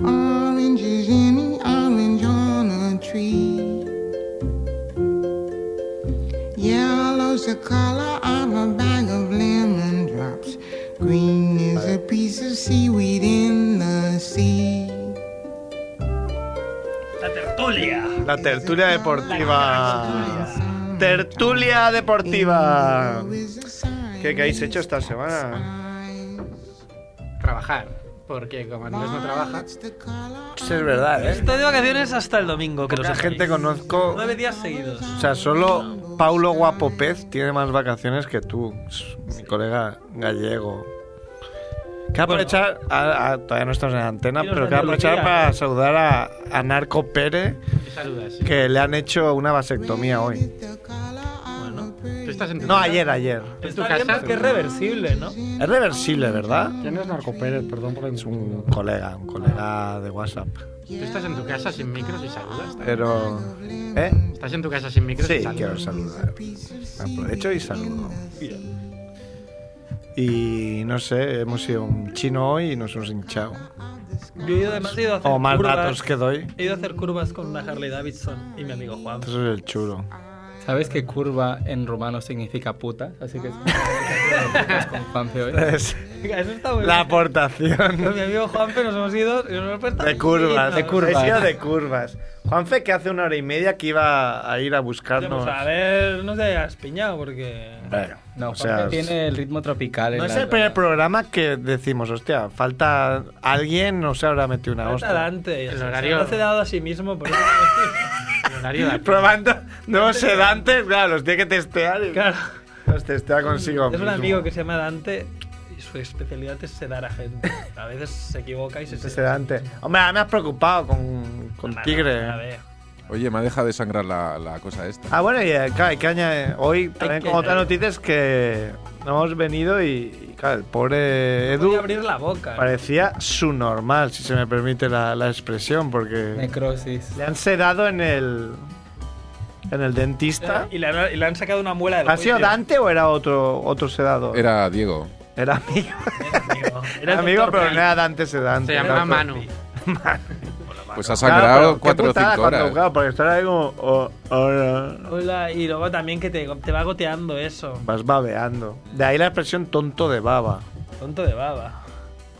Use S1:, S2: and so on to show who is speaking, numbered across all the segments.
S1: Oranges, any orange on a tree. Yellow's the color of a bag of lemon drops. Green is a piece of seaweed in the sea.
S2: La tertulia.
S3: La tertulia deportiva. Tertulia deportiva. ¿Qué, qué habéis hecho esta semana?
S4: Trabajar. Porque como Andrés no trabaja,
S3: Sí, es verdad, ¿eh?
S2: Estoy de vacaciones hasta el domingo, que lo
S3: Mucha
S2: sepáis.
S3: gente conozco.
S2: Nueve días seguidos.
S3: O sea, solo Paulo Guapo Pez tiene más vacaciones que tú, mi colega gallego. Que aprovechar, a- a- todavía no estamos en antena,
S2: Dinos
S3: pero
S2: de
S3: que aprovechar
S2: Andalucía.
S3: para saludar a, a Narco Pérez,
S4: me saludas.
S3: que le han hecho una vasectomía hoy.
S4: ¿Tú estás en tu
S3: No,
S4: casa?
S3: ayer, ayer.
S4: ¿En tu
S2: Está bien
S4: casa?
S2: porque es reversible, ¿no?
S3: Es reversible, ¿verdad?
S4: ¿Quién es Narco Pérez? Perdón por el
S3: Es un colega, un colega de WhatsApp.
S4: ¿Tú estás en tu casa sin micros y saludas?
S3: Pero. ¿Eh?
S4: ¿Estás en tu casa sin micros y
S3: Sí,
S4: saludas? Este
S3: quiero saludar. Aprovecho y saludo. Y no sé, hemos ido a un chino hoy y nos hemos hinchado.
S2: Yo he ido además he ido a hacer
S3: O más
S2: curvas.
S3: datos que doy.
S2: He ido a hacer curvas con una Harley Davidson y mi amigo Juan.
S3: Eso es el chulo.
S5: ¿Sabes que curva en rumano significa puta? Así que con Juanfe hoy.
S3: Es
S2: Eso está
S3: la
S2: muy bien. Con mi
S3: aportación
S2: amigo Juanfe nos hemos ido y nos hemos prestado-
S3: de curvas.
S2: Sí, no,
S3: He sido de curvas. Juanfe, que hace una hora y media que iba a ir a
S2: Pues
S3: buscarnos.
S2: a ver, no te hayas piñado porque...
S3: Bueno,
S5: No,
S3: o sea,
S5: Juanfe tiene el ritmo tropical. en
S3: no es
S5: la-
S3: el primer programa que decimos, hostia, falta alguien, no se habrá metido una
S2: Está
S3: hostia.
S2: adelante. ya
S4: El
S2: sabes,
S4: horario-
S2: No se ha dado a sí mismo por eso.
S4: El horario de aquí.
S3: Probando nuevos sedantes, claro, los tiene que testear. Y...
S2: claro.
S3: Los testea consigo.
S2: Es un
S3: mismo.
S2: amigo que se llama Dante y su especialidad es sedar a gente. A veces se equivoca y se
S3: Ese
S2: seda.
S3: sedante. Hombre, ahora me has preocupado con, con
S2: Bueno, a
S3: Tigre.
S2: ver.
S6: Oye, me ha dejado de sangrar la, la cosa esta.
S3: Ah, bueno, y eh, claro, hay que añadir. Hoy también
S2: que
S3: como otra
S2: añadir.
S3: noticia es que hemos venido y, y, claro, el pobre
S2: Voy a
S3: Edu
S2: abrir la boca.
S3: parecía su normal, si se me permite la, la expresión, porque
S5: Necrosis.
S3: le han sedado en el. en el dentista.
S2: Y le, han, y le han sacado una muela del
S3: ¿Ha sido
S2: juicio.
S3: Dante o era otro, otro sedado?
S6: Era Diego.
S3: Era amigo.
S2: Amigo. Era
S3: Era
S2: el
S3: amigo,
S2: doctor
S3: pero
S2: Pi.
S3: no era Dante sedante.
S4: Se
S3: era
S4: llama
S3: otro.
S4: Manu.
S6: Pues ha
S3: Claro,
S6: sangrado
S3: pero
S6: cuatro
S3: qué
S6: o
S3: putada
S6: cinco
S3: cuando-
S6: horas.
S3: claro, porque estar ahí como. oh, hola.
S2: Hola, y luego también que te, te va goteando eso.
S3: Vas babeando. De ahí la expresión tonto de baba.
S2: Tonto de baba.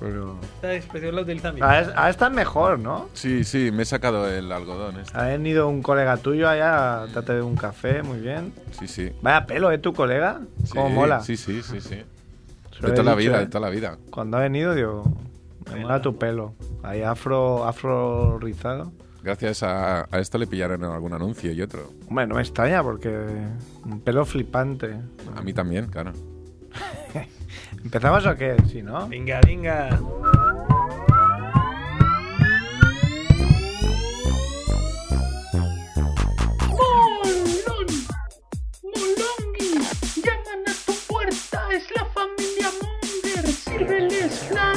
S3: Pero.
S2: Esta expresión la utiliza mi
S3: Ahora,
S2: padre.
S3: es- ahora están mejor, ¿no?
S6: Sí, sí, me he sacado el algodón este.
S3: Ha venido un colega tuyo allá, te ha traído un café, muy bien.
S6: Sí, sí.
S3: Vaya pelo, ¿eh? Tu colega.
S6: Sí,
S3: Como mola.
S6: Sí, sí, sí, sí.
S3: Se lo
S6: De
S3: he
S6: toda la
S3: dicho,
S6: vida,
S3: ¿eh?
S6: de toda la vida.
S3: Cuando ha venido, digo, me mola tu pelo. Ahí afro, afro rizado.
S6: Gracias a, a esto le pillaron en algún anuncio y otro.
S3: Hombre, no me extraña porque un pelo flipante.
S6: A mí también, claro.
S3: ¿Empezamos o qué? Si no.
S2: Venga, venga.
S7: Molón, Molongi, llaman a tu puerta, es la familia Munger, sírveles flan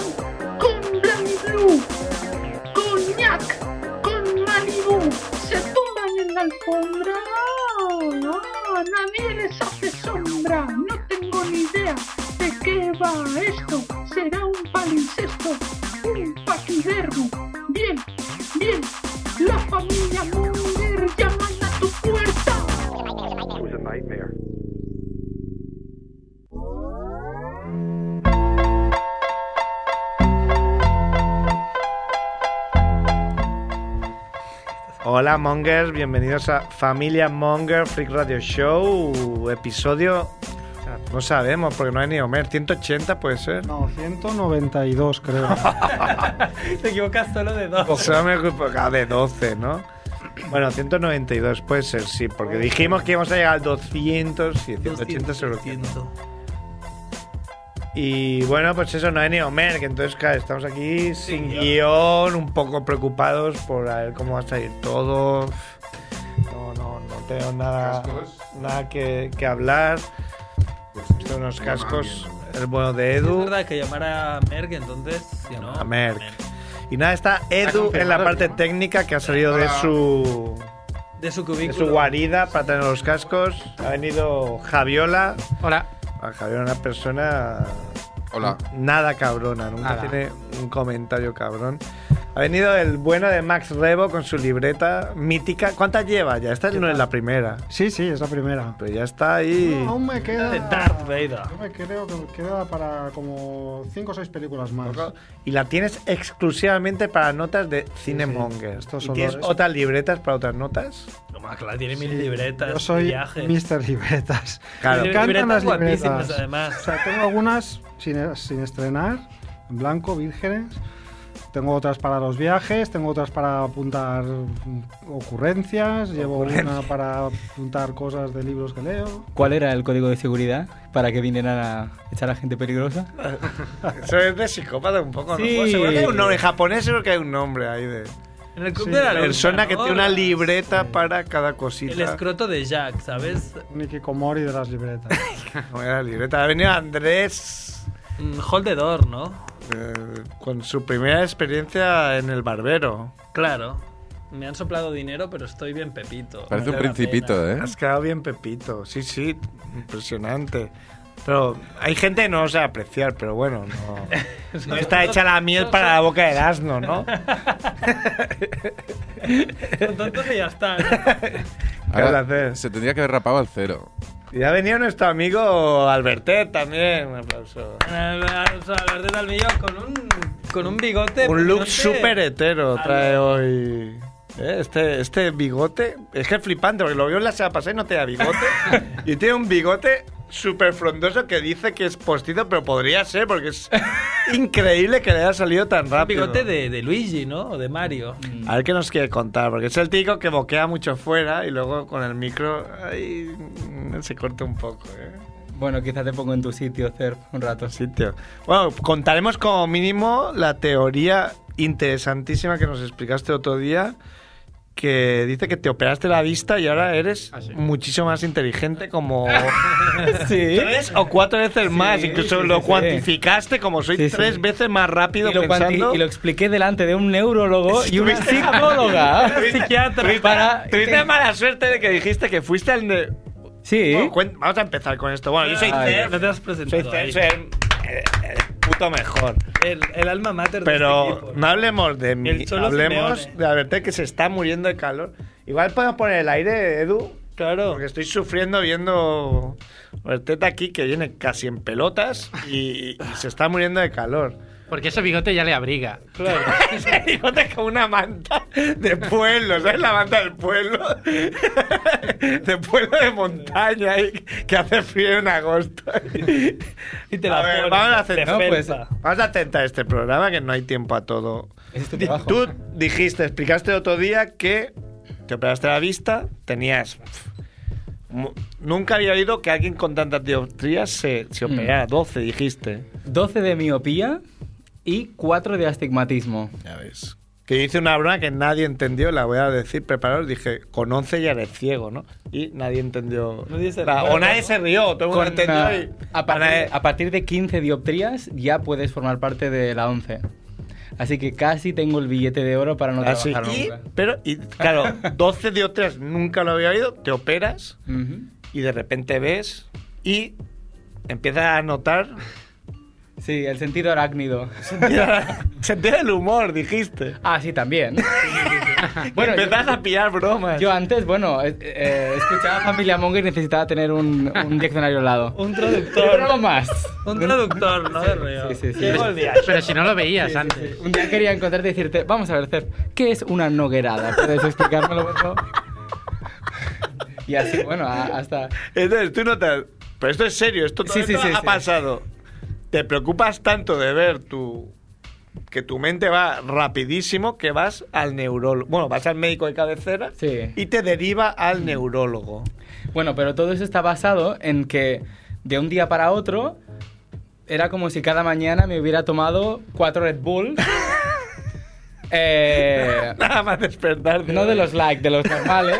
S7: con Blanc Blue, coñac, con Malibu, se tumban en la alfombra, Ah, nadie les hace sombra, no tengo ni idea de qué va esto, será un palincesto, un paquidermo, bien, bien, la familia Munger llaman a tu puerta.
S3: Hola Mongers, bienvenidos a Familia Monger Freak Radio Show, episodio... No sabemos, porque no hay ni Homer, 180 puede ser.
S8: No, 192 creo.
S2: Te equivocas solo de dos.
S3: Solo me ocupo ah, de 12, ¿no? Bueno, 192 puede ser, sí, porque dijimos que íbamos a llegar al 200 y 180 se lo tiene. Y bueno, pues eso, no hay ni Homer, que entonces, claro, estamos aquí sin guión, un poco preocupados por a ver cómo va a salir todo. No, no, no tengo nada,
S6: Cascos.
S3: nada que, que hablar. Son unos cascos, el bueno de
S2: Es
S3: Edu,
S2: verdad que llamar a Merck entonces, si no.
S3: a Merck. Y nada, está Edu en la parte técnica que ha salido de su,
S2: De su
S3: de
S2: cubículo.
S3: su guarida para tener los cascos. Ha venido Javiola.
S4: Hola.
S3: Ah, Javiola, una persona
S6: Hola.
S3: Nada cabrona, nunca
S4: Nada.
S3: tiene un comentario cabrón. Ha venido el bueno de Max Rebo con su libreta mítica. ¿Cuántas lleva ya? Esta no es la primera.
S8: Sí, sí, es la primera.
S3: Pero ya está ahí.
S8: Aún me queda.
S2: de Darth Vader.
S8: Yo me creo que queda para como 5 o 6 películas más.
S3: Y la tienes exclusivamente para notas de Cinemonger.
S8: Estos
S3: ¿Y
S8: son
S3: tienes
S8: los-
S3: otras libretas para otras notas?
S2: No, más, claro, tiene mil
S8: Sí,
S2: libretas,
S8: Yo soy
S2: viajes.
S8: Mr. Libretas.
S3: Claro.
S2: Tiene
S8: Me encantan
S2: libretas
S8: las
S2: guapísimas,
S8: libretas. O
S2: además.
S8: sea, tengo algunas sin, sin estrenar, en blanco, vírgenes. Tengo otras para los viajes, tengo otras para apuntar mm, ocurrencias, llevo una para apuntar cosas de libros que leo.
S5: ¿Cuál era el código de seguridad para que vinieran a echar a gente peligrosa?
S3: Eso es de psicópata un poco,
S5: Sí.
S3: ¿no? Pues seguro que hay un nombre. En japonés seguro que hay un nombre ahí de...
S2: En el club
S8: Sí,
S2: de la
S3: Persona
S2: lucha,
S3: que
S2: ¿no?
S3: tiene una libreta para cada cosita.
S2: El escroto de Jack, ¿sabes?
S8: Un Hikikomori de las libretas.
S3: Como era la libreta. Ha venido Andrés
S2: Mm, Hold the door, ¿no?
S3: eh, con su primera experiencia en el barbero.
S2: Claro. Me han soplado dinero, pero estoy bien pepito.
S6: Parece un
S2: Vale la pena.
S6: principito, ¿eh?
S3: Has quedado bien pepito. Sí, sí, impresionante. Pero hay gente que no lo sabe apreciar, pero bueno, no, no está hecha la miel para la boca del asno, ¿no? ¿eh?
S2: Con tanto que ya está. ¿no?
S3: ¿Qué vas a hacer?
S6: se tendría que haber rapado al cero.
S3: Y ha venido nuestro amigo Albertet también. Un aplauso.
S2: O sea, Albert del Millón con un, con un bigote.
S3: Un look
S2: bigote.
S3: súper hetero
S2: A
S3: trae
S2: ver.
S3: hoy. Eh, Este, este bigote es que es flipante, porque lo vio en la semana pasada y no tenía bigote. y tiene un bigote súper frondoso que dice que es postizo, pero podría ser, porque es increíble que le haya salido tan
S2: Un
S3: rápido. Mm.
S2: bigote de, de Luigi, ¿no? O de Mario.
S3: A ver qué nos quiere contar, porque es el tico que boquea mucho fuera y luego con el micro ahí, mm, se corta un poco. ¿eh?
S5: Bueno, quizás te pongo en tu sitio, Cerf, un rato.
S3: sitio. Bueno, contaremos como mínimo la teoría interesantísima que nos explicaste otro día, que dice que te operaste la vista y ahora eres
S4: Ah, sí.
S3: muchísimo más inteligente como
S5: Sí.
S3: tres o cuatro veces más,
S5: Sí,
S3: incluso
S5: sí,
S3: lo
S5: sí, sí.
S3: cuantificaste como soy
S5: Sí, sí.
S3: tres veces más rápido
S5: Y lo, cuanti-
S3: pensando.
S5: y lo expliqué delante de un neurólogo y una psicóloga, un psiquiatra, para...
S3: Tuviste mala suerte de que dijiste que fuiste al... ne-
S5: Sí,
S3: Bueno, cuen- vamos a empezar con esto. Bueno, yo soy
S5: Ay,
S3: Cerf,
S2: No te has
S3: soy
S2: presentado.
S3: Cerf,
S2: ahí.
S3: soy el- el- el puto mejor.
S2: El, el alma mater de este
S3: Pero
S2: equipo.
S3: no hablemos de mí,
S2: El Cholo
S3: hablemos
S2: Simeone.
S3: de Alberté que se está muriendo de calor. Igual podemos poner el aire, Edu,
S2: Claro.
S3: porque estoy sufriendo viendo Albertet aquí que viene casi en pelotas y, y se está muriendo de calor.
S4: Porque ese bigote ya le abriga.
S3: Ese bigote es como una manta de pueblo, ¿sabes? La manta del pueblo. De pueblo de montaña ahí, que hace frío en agosto.
S2: Y te
S3: A
S2: la
S3: ver,
S2: ponen
S3: vamos a hacer-
S2: de
S5: No, pues-
S2: felpa.
S3: Vamos a atentar este programa que no hay tiempo a todo.
S5: Ese es tu
S3: Di-
S5: trabajo.
S3: Tú dijiste, explicaste otro día que te operaste la vista, tenías. pf, mu- Nunca había oído que alguien con tantas dioptrías se, se
S5: Mm.
S3: operara. 12, dijiste.
S5: 12 de miopía y 4 de astigmatismo.
S3: Ya ves. Que hice una broma que nadie entendió, la voy a decir, preparados. Dije, con 11 ya eres ciego, ¿no? Y nadie entendió.
S2: Nadie se-
S3: La- o nadie se rió, todo el mundo
S5: Con, ah,
S3: entendió. y-
S5: a,
S3: Nadie-
S5: partir, a partir de 15 dioptrías ya puedes formar parte de la 11. Así que casi tengo el billete de oro para no
S3: Así,
S5: trabajar
S3: Ah, y-
S5: nunca.
S3: pero, y, claro, 12 dioptrías nunca lo había oído, te operas.
S5: Ujú.
S3: y de repente ves y empiezas a notar
S5: Sí, el sentido arácnido.
S3: sentido el humor, dijiste.
S5: Ah, sí, también.
S3: Bueno,
S5: Bueno,
S3: empezás
S5: yo-
S3: a pillar bromas.
S5: Yo antes, bueno, eh, eh, escuchaba Familia Monger y necesitaba tener un, un diccionario al lado.
S2: Un
S5: Pero
S2: traductor.
S5: más.
S2: Un traductor, ¿no? De reo.
S5: Sí, sí, sí.
S2: Qué gol de ahí.
S4: Pero si no lo veías antes.
S5: Un día quería encontrarte y decirte, vamos a ver, Cef, ¿qué es una noguerada? ¿Puedes explicármelo, por favor? Y así, bueno, a- hasta...
S3: Entonces tú notas, pero esto es serio, esto,
S5: Sí, sí, sí,
S3: esto ha
S5: sí.
S3: pasado. Te preocupas tanto de ver tu que tu mente va rapidísimo que vas al neurólogo. Bueno, vas al médico de cabecera
S5: Sí.
S3: y te deriva al neurólogo.
S5: Bueno, pero todo eso está basado en que de un día para otro era como si cada mañana me hubiera tomado cuatro Red Bull. Eh,
S3: Nada más despertar.
S5: no de los like, de los normales.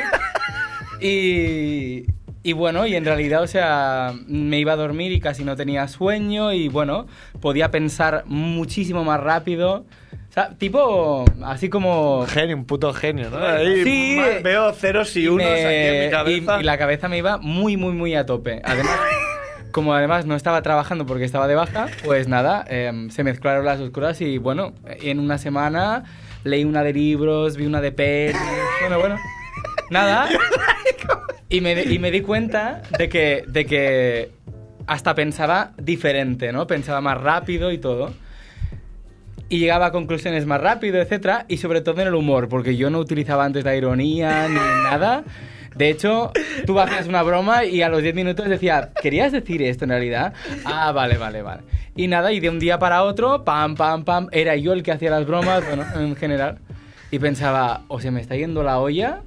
S5: Y, y bueno, y en realidad, o sea, me iba a dormir y casi no tenía sueño y bueno, podía pensar muchísimo más rápido. O sea, tipo, así como...
S3: genio, un puto genio, ¿no? Ahí
S5: Sí.
S3: ma- veo ceros y
S5: y
S3: unos
S5: me-
S3: aquí en mi cabeza.
S5: y- y la cabeza me iba muy, muy, muy a tope. Además, Como además no estaba trabajando porque estaba de baja, pues nada, em, se mezclaron las dos cosas y bueno, en una semana leí una de libros, vi una de pelis, bueno, bueno, nada. Y me, y me di cuenta de que, de que hasta pensaba diferente, ¿no? Pensaba más rápido y todo. Y llegaba a conclusiones más rápido, etcétera, y sobre todo en el humor, porque yo no utilizaba antes la ironía ni nada. De hecho, tú hacías una broma y a los 10 minutos decía, ¿querías decir esto en realidad? Ah, vale, vale, vale. Y nada, y de un día para otro, pam, pam, pam, era yo el que hacía las bromas, bueno, en general. Y pensaba, o se me está yendo la olla,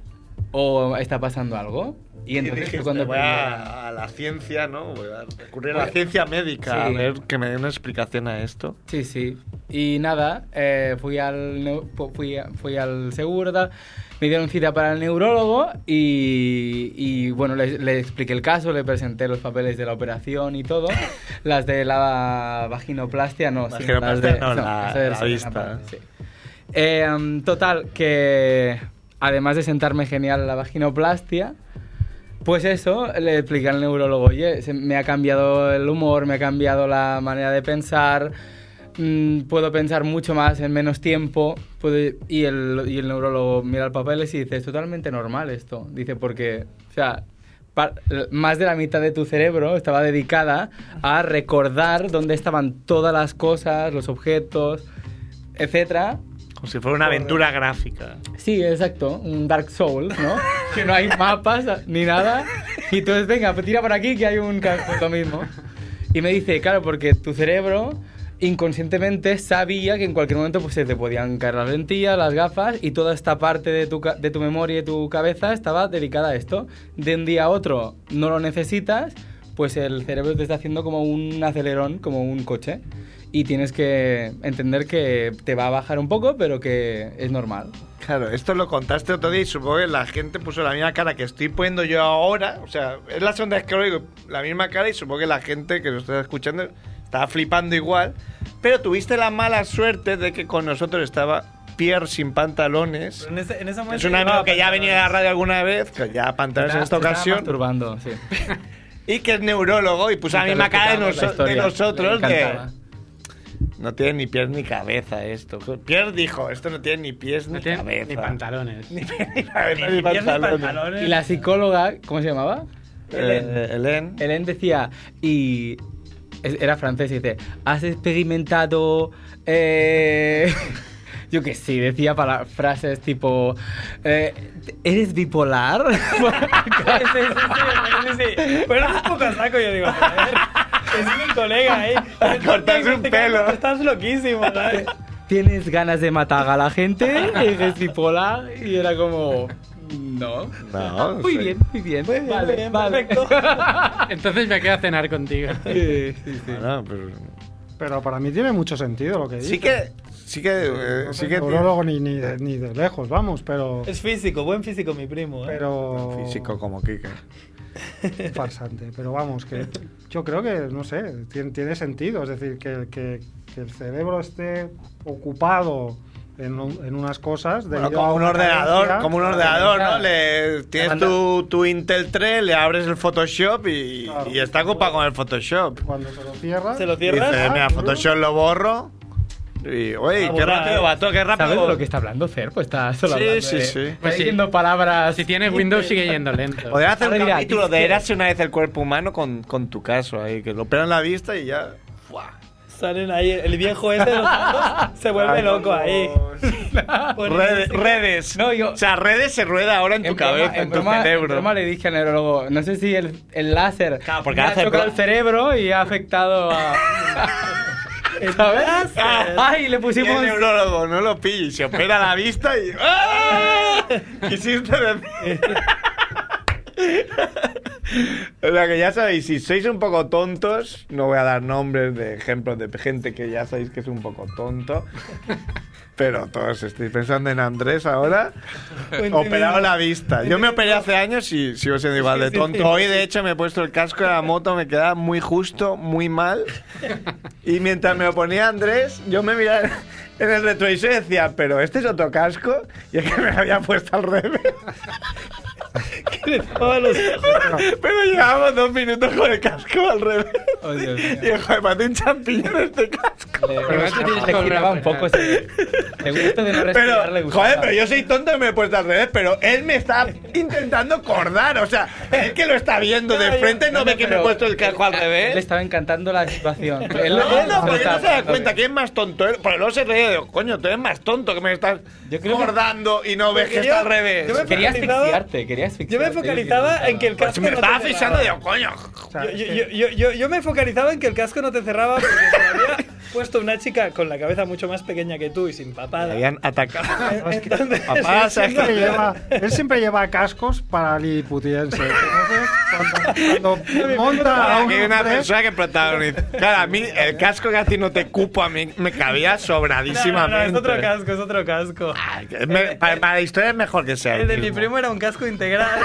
S5: o está pasando algo. Y
S3: Y
S5: entonces
S3: dije,
S5: fue cuando...
S3: voy
S5: primero-
S3: a, a la ciencia, ¿no? Voy a recurrir a la ciencia médica a
S5: Sí.
S3: ver que me dé una explicación a esto.
S5: Sí, sí. Y nada, eh, fui, al, neu- fu- fui, a- fui al seguro, tal. Me dieron cita para el neurólogo y, y, bueno, le, le expliqué el caso, le presenté los papeles de la operación y todo. Las de la vaginoplastia no. sí, las
S3: Vaginoplastia
S5: de-
S3: no, la-
S5: eso es
S3: la
S5: una
S3: vista.
S5: parte, sí. Eh, em, total, que además de sentarme genial la vaginoplastia, pues eso, le explica al neurólogo, oye, se- me ha cambiado el humor, me ha cambiado la manera de pensar, mm, puedo pensar mucho más en menos tiempo, puedo- y, el, y el neurólogo mira el papel y dice, es totalmente normal esto, dice, porque, o sea, par- l- más de la mitad de tu cerebro estaba dedicada a recordar dónde estaban todas las cosas, los objetos, etcétera,
S3: Como si fuera una aventura gráfica.
S5: Sí, exacto, un Dark Souls, ¿no? que no hay mapas ni nada. Y entonces, venga, pues tira por aquí que hay un lo mismo. Y me dice, claro, porque tu cerebro inconscientemente sabía que en cualquier momento pues, se te podían caer las lentillas, las gafas y toda esta parte de tu, ca- de tu memoria y tu cabeza estaba dedicada a esto. De un día a otro no lo necesitas, pues el cerebro te está haciendo como un acelerón, como un coche. Y tienes que entender que te va a bajar un poco, pero que es normal.
S3: Claro, esto lo contaste otro día y supongo que la gente puso la misma cara que estoy poniendo yo ahora. O sea, es la segunda vez que lo digo, la misma cara y supongo que la gente que lo está escuchando estaba flipando igual. Pero tuviste la mala suerte de que con nosotros estaba Pierre sin pantalones.
S2: Pero en, ese, en ese momento
S3: Es un amigo
S2: llevaba
S3: que ya ha
S2: pantalones.
S3: venido a la radio alguna vez, que ya pantalones en esta
S5: Se estaba
S3: ocasión,
S5: masturbando, sí.
S3: y que es neurólogo y puso la
S5: Y te
S3: misma cara de,
S5: respetamos la
S3: noso- de
S5: historia.
S3: nosotros
S5: Le
S3: de...
S5: encantaba.
S3: No tiene ni pies ni cabeza esto. Pierre dijo, esto no tiene ni pies
S4: No
S3: ni
S4: tiene
S3: cabeza.
S4: ni pantalones.
S3: Ni pies ni cabeza,
S2: Ni
S3: ni
S2: piernas,
S3: pantalones.
S2: pantalones.
S5: Y la psicóloga, ¿cómo se llamaba?
S3: Eh, Helen.
S5: Helen decía, y es- era francés, y dice, has experimentado... eh, Yo que sí, decía para frases tipo, eh, ¿eres bipolar?
S2: Sí, sí, sí, sí, sí. Bueno, es un poco a saco, yo digo, joder, es mi colega, ¿eh?
S3: Cortarse un pelo.
S2: Estás loquísimo, ¿sabes?
S5: ¿Tienes ganas de matar a la gente? ¿Eres bipolar? Y era como, Oh, no.
S3: No,
S5: muy,
S3: sí.
S5: bien, muy bien,
S2: Muy bien,
S5: vale,
S2: muy bien,
S5: vale.
S2: perfecto.
S4: Entonces me quedo a cenar contigo.
S5: Sí, sí, sí.
S3: No, pero-
S8: Pero para mí tiene mucho sentido lo que dice.
S3: Sí que. Sí que. eh,
S8: No
S3: sí
S8: soy
S3: que
S8: neurólogo ni, ni, de, ni de lejos, vamos, pero...
S2: Es físico, buen físico mi primo, ¿eh?
S8: pero
S3: Físico como Kike.
S8: farsante, pero vamos, que yo creo que, no sé, tien- tiene, sentido, es decir, que, que- que el cerebro esté ocupado en, un- en unas cosas.
S3: Bueno,
S8: debido a
S3: como un
S8: una
S3: ordenador,
S8: carencia.
S3: como un ordenador, ¿no?
S5: Claro.
S3: Le, tienes tu, tu Intel 3, le abres el Photoshop y,
S8: Claro.
S3: y está ocupado con el Photoshop.
S8: Cuando se lo cierra,
S2: ¿Se lo cierras?
S3: Dice,
S8: Ah,
S3: mira,
S8: claro.
S3: Photoshop lo borro. Y, oye,
S2: Ah,
S3: qué
S2: borrar.
S3: rápido, vato, qué rápido.
S5: ¿Sabes de lo que está hablando Cer? Pues está solo
S3: Sí,
S5: hablando
S3: sí,
S5: de-
S3: sí.
S5: está
S4: Pues sí.
S5: diciendo palabras...
S4: Si tienes Windows sigue yendo lento.
S3: Podrían hacer
S5: Ahora
S3: un
S5: dirá,
S3: capítulo de
S5: dice-
S3: Érase una vez el cuerpo humano con, con tu caso ahí, que lo operan la vista y ya. ¡Fua!
S2: Salen ahí, el viejo ese de los santos se vuelve
S3: Ay,
S2: loco ahí. Pone
S3: Redes,
S2: música.
S3: redes.
S5: No, yo-
S3: O sea, redes se rueda ahora en tu
S5: broma-
S3: cabeza, en, tu
S5: broma-
S3: cerebro.
S5: en broma le dije al neurólogo, no sé si el, el láser
S3: Claro, porque
S5: me ha
S3: hace
S5: tocado
S3: bla-
S5: el cerebro y ha afectado a... ¿Sabes? Ay, le
S3: Y
S5: pusimos...
S3: el neurólogo no lo pilla y se opera la vista y. ¡Ah! Quisiste decir. O sea que ya sabéis, si sois un poco tontos, no voy a dar nombres de ejemplos de gente que ya sabéis que es un poco tonto, pero todos estáis pensando en Andrés ahora, operado la vista. Yo me operé hace años y sigo siendo igual de tonto. Hoy de hecho me he puesto el casco de la moto, me quedaba muy justo, muy mal. Y mientras me lo ponía Andrés, yo me miraba en el retrovisor y decía, pero este es otro casco. Y es que me lo había puesto al revés.
S2: Le tapaban los ojos.
S3: Pero llevábamos dos minutos con el casco al revés.
S5: Oh, Dios mío.
S3: Y joder, parece un champiñón este casco.
S5: Le,
S4: Pero eso tienes
S5: le
S4: que
S5: giraba un
S4: volver a
S5: poco. sí. Le gusta de no respirar, le
S3: Pero,
S5: gustaba.
S3: joder, pero yo soy tonto y me he puesto al revés, pero él me está intentando acordar. O sea, él que lo está viendo de frente no ve que me he
S5: pero- eh,
S3: puesto el casco al
S5: Le
S3: revés.
S5: estaba encantando la situación. Él-
S3: No,
S5: él
S3: no, porque
S5: estaba
S3: no se da
S5: pasando
S3: cuenta
S5: bien.
S3: que es más tonto. él. Pero luego se ríe digo, coño, tú eres más tonto que me estás
S5: Yo creo que-
S3: acordando y no ves que
S2: yo-
S3: está al
S2: yo
S3: revés.
S2: me-
S5: Quería
S2: focalizaba-
S5: asfixiarte, quería asfixiarte.
S2: Yo me focalizaba en que el
S3: Pues
S2: casco.
S3: si me
S2: no
S3: estaba
S2: te
S3: fijando y
S2: cerraba.
S3: digo, coño.
S8: O sea,
S2: Yo,
S8: es
S2: yo-
S8: que-
S2: yo- yo- yo me focalizaba en que el casco no te cerraba porque se había puesto una chica con la cabeza mucho más pequeña que tú y sin papada.
S3: atacado.
S2: Entonces,
S3: Papá, ¿sabes
S8: Siempre
S3: qué?
S8: lleva- él siempre lleva cascos para liputiense. Entonces, cuando, cuando monta a un
S3: Aquí hay una
S8: hombre,
S3: persona que protagoniza. Claro, a mí el casco que a ti no te cupo, a mí me cabía
S2: No, no, no,
S3: sobradísimamente.
S2: es otro casco, es otro casco.
S3: Ay, que me- para, para la historia es mejor que sea.
S2: El de mi
S3: mismo.
S2: primo era un casco integral.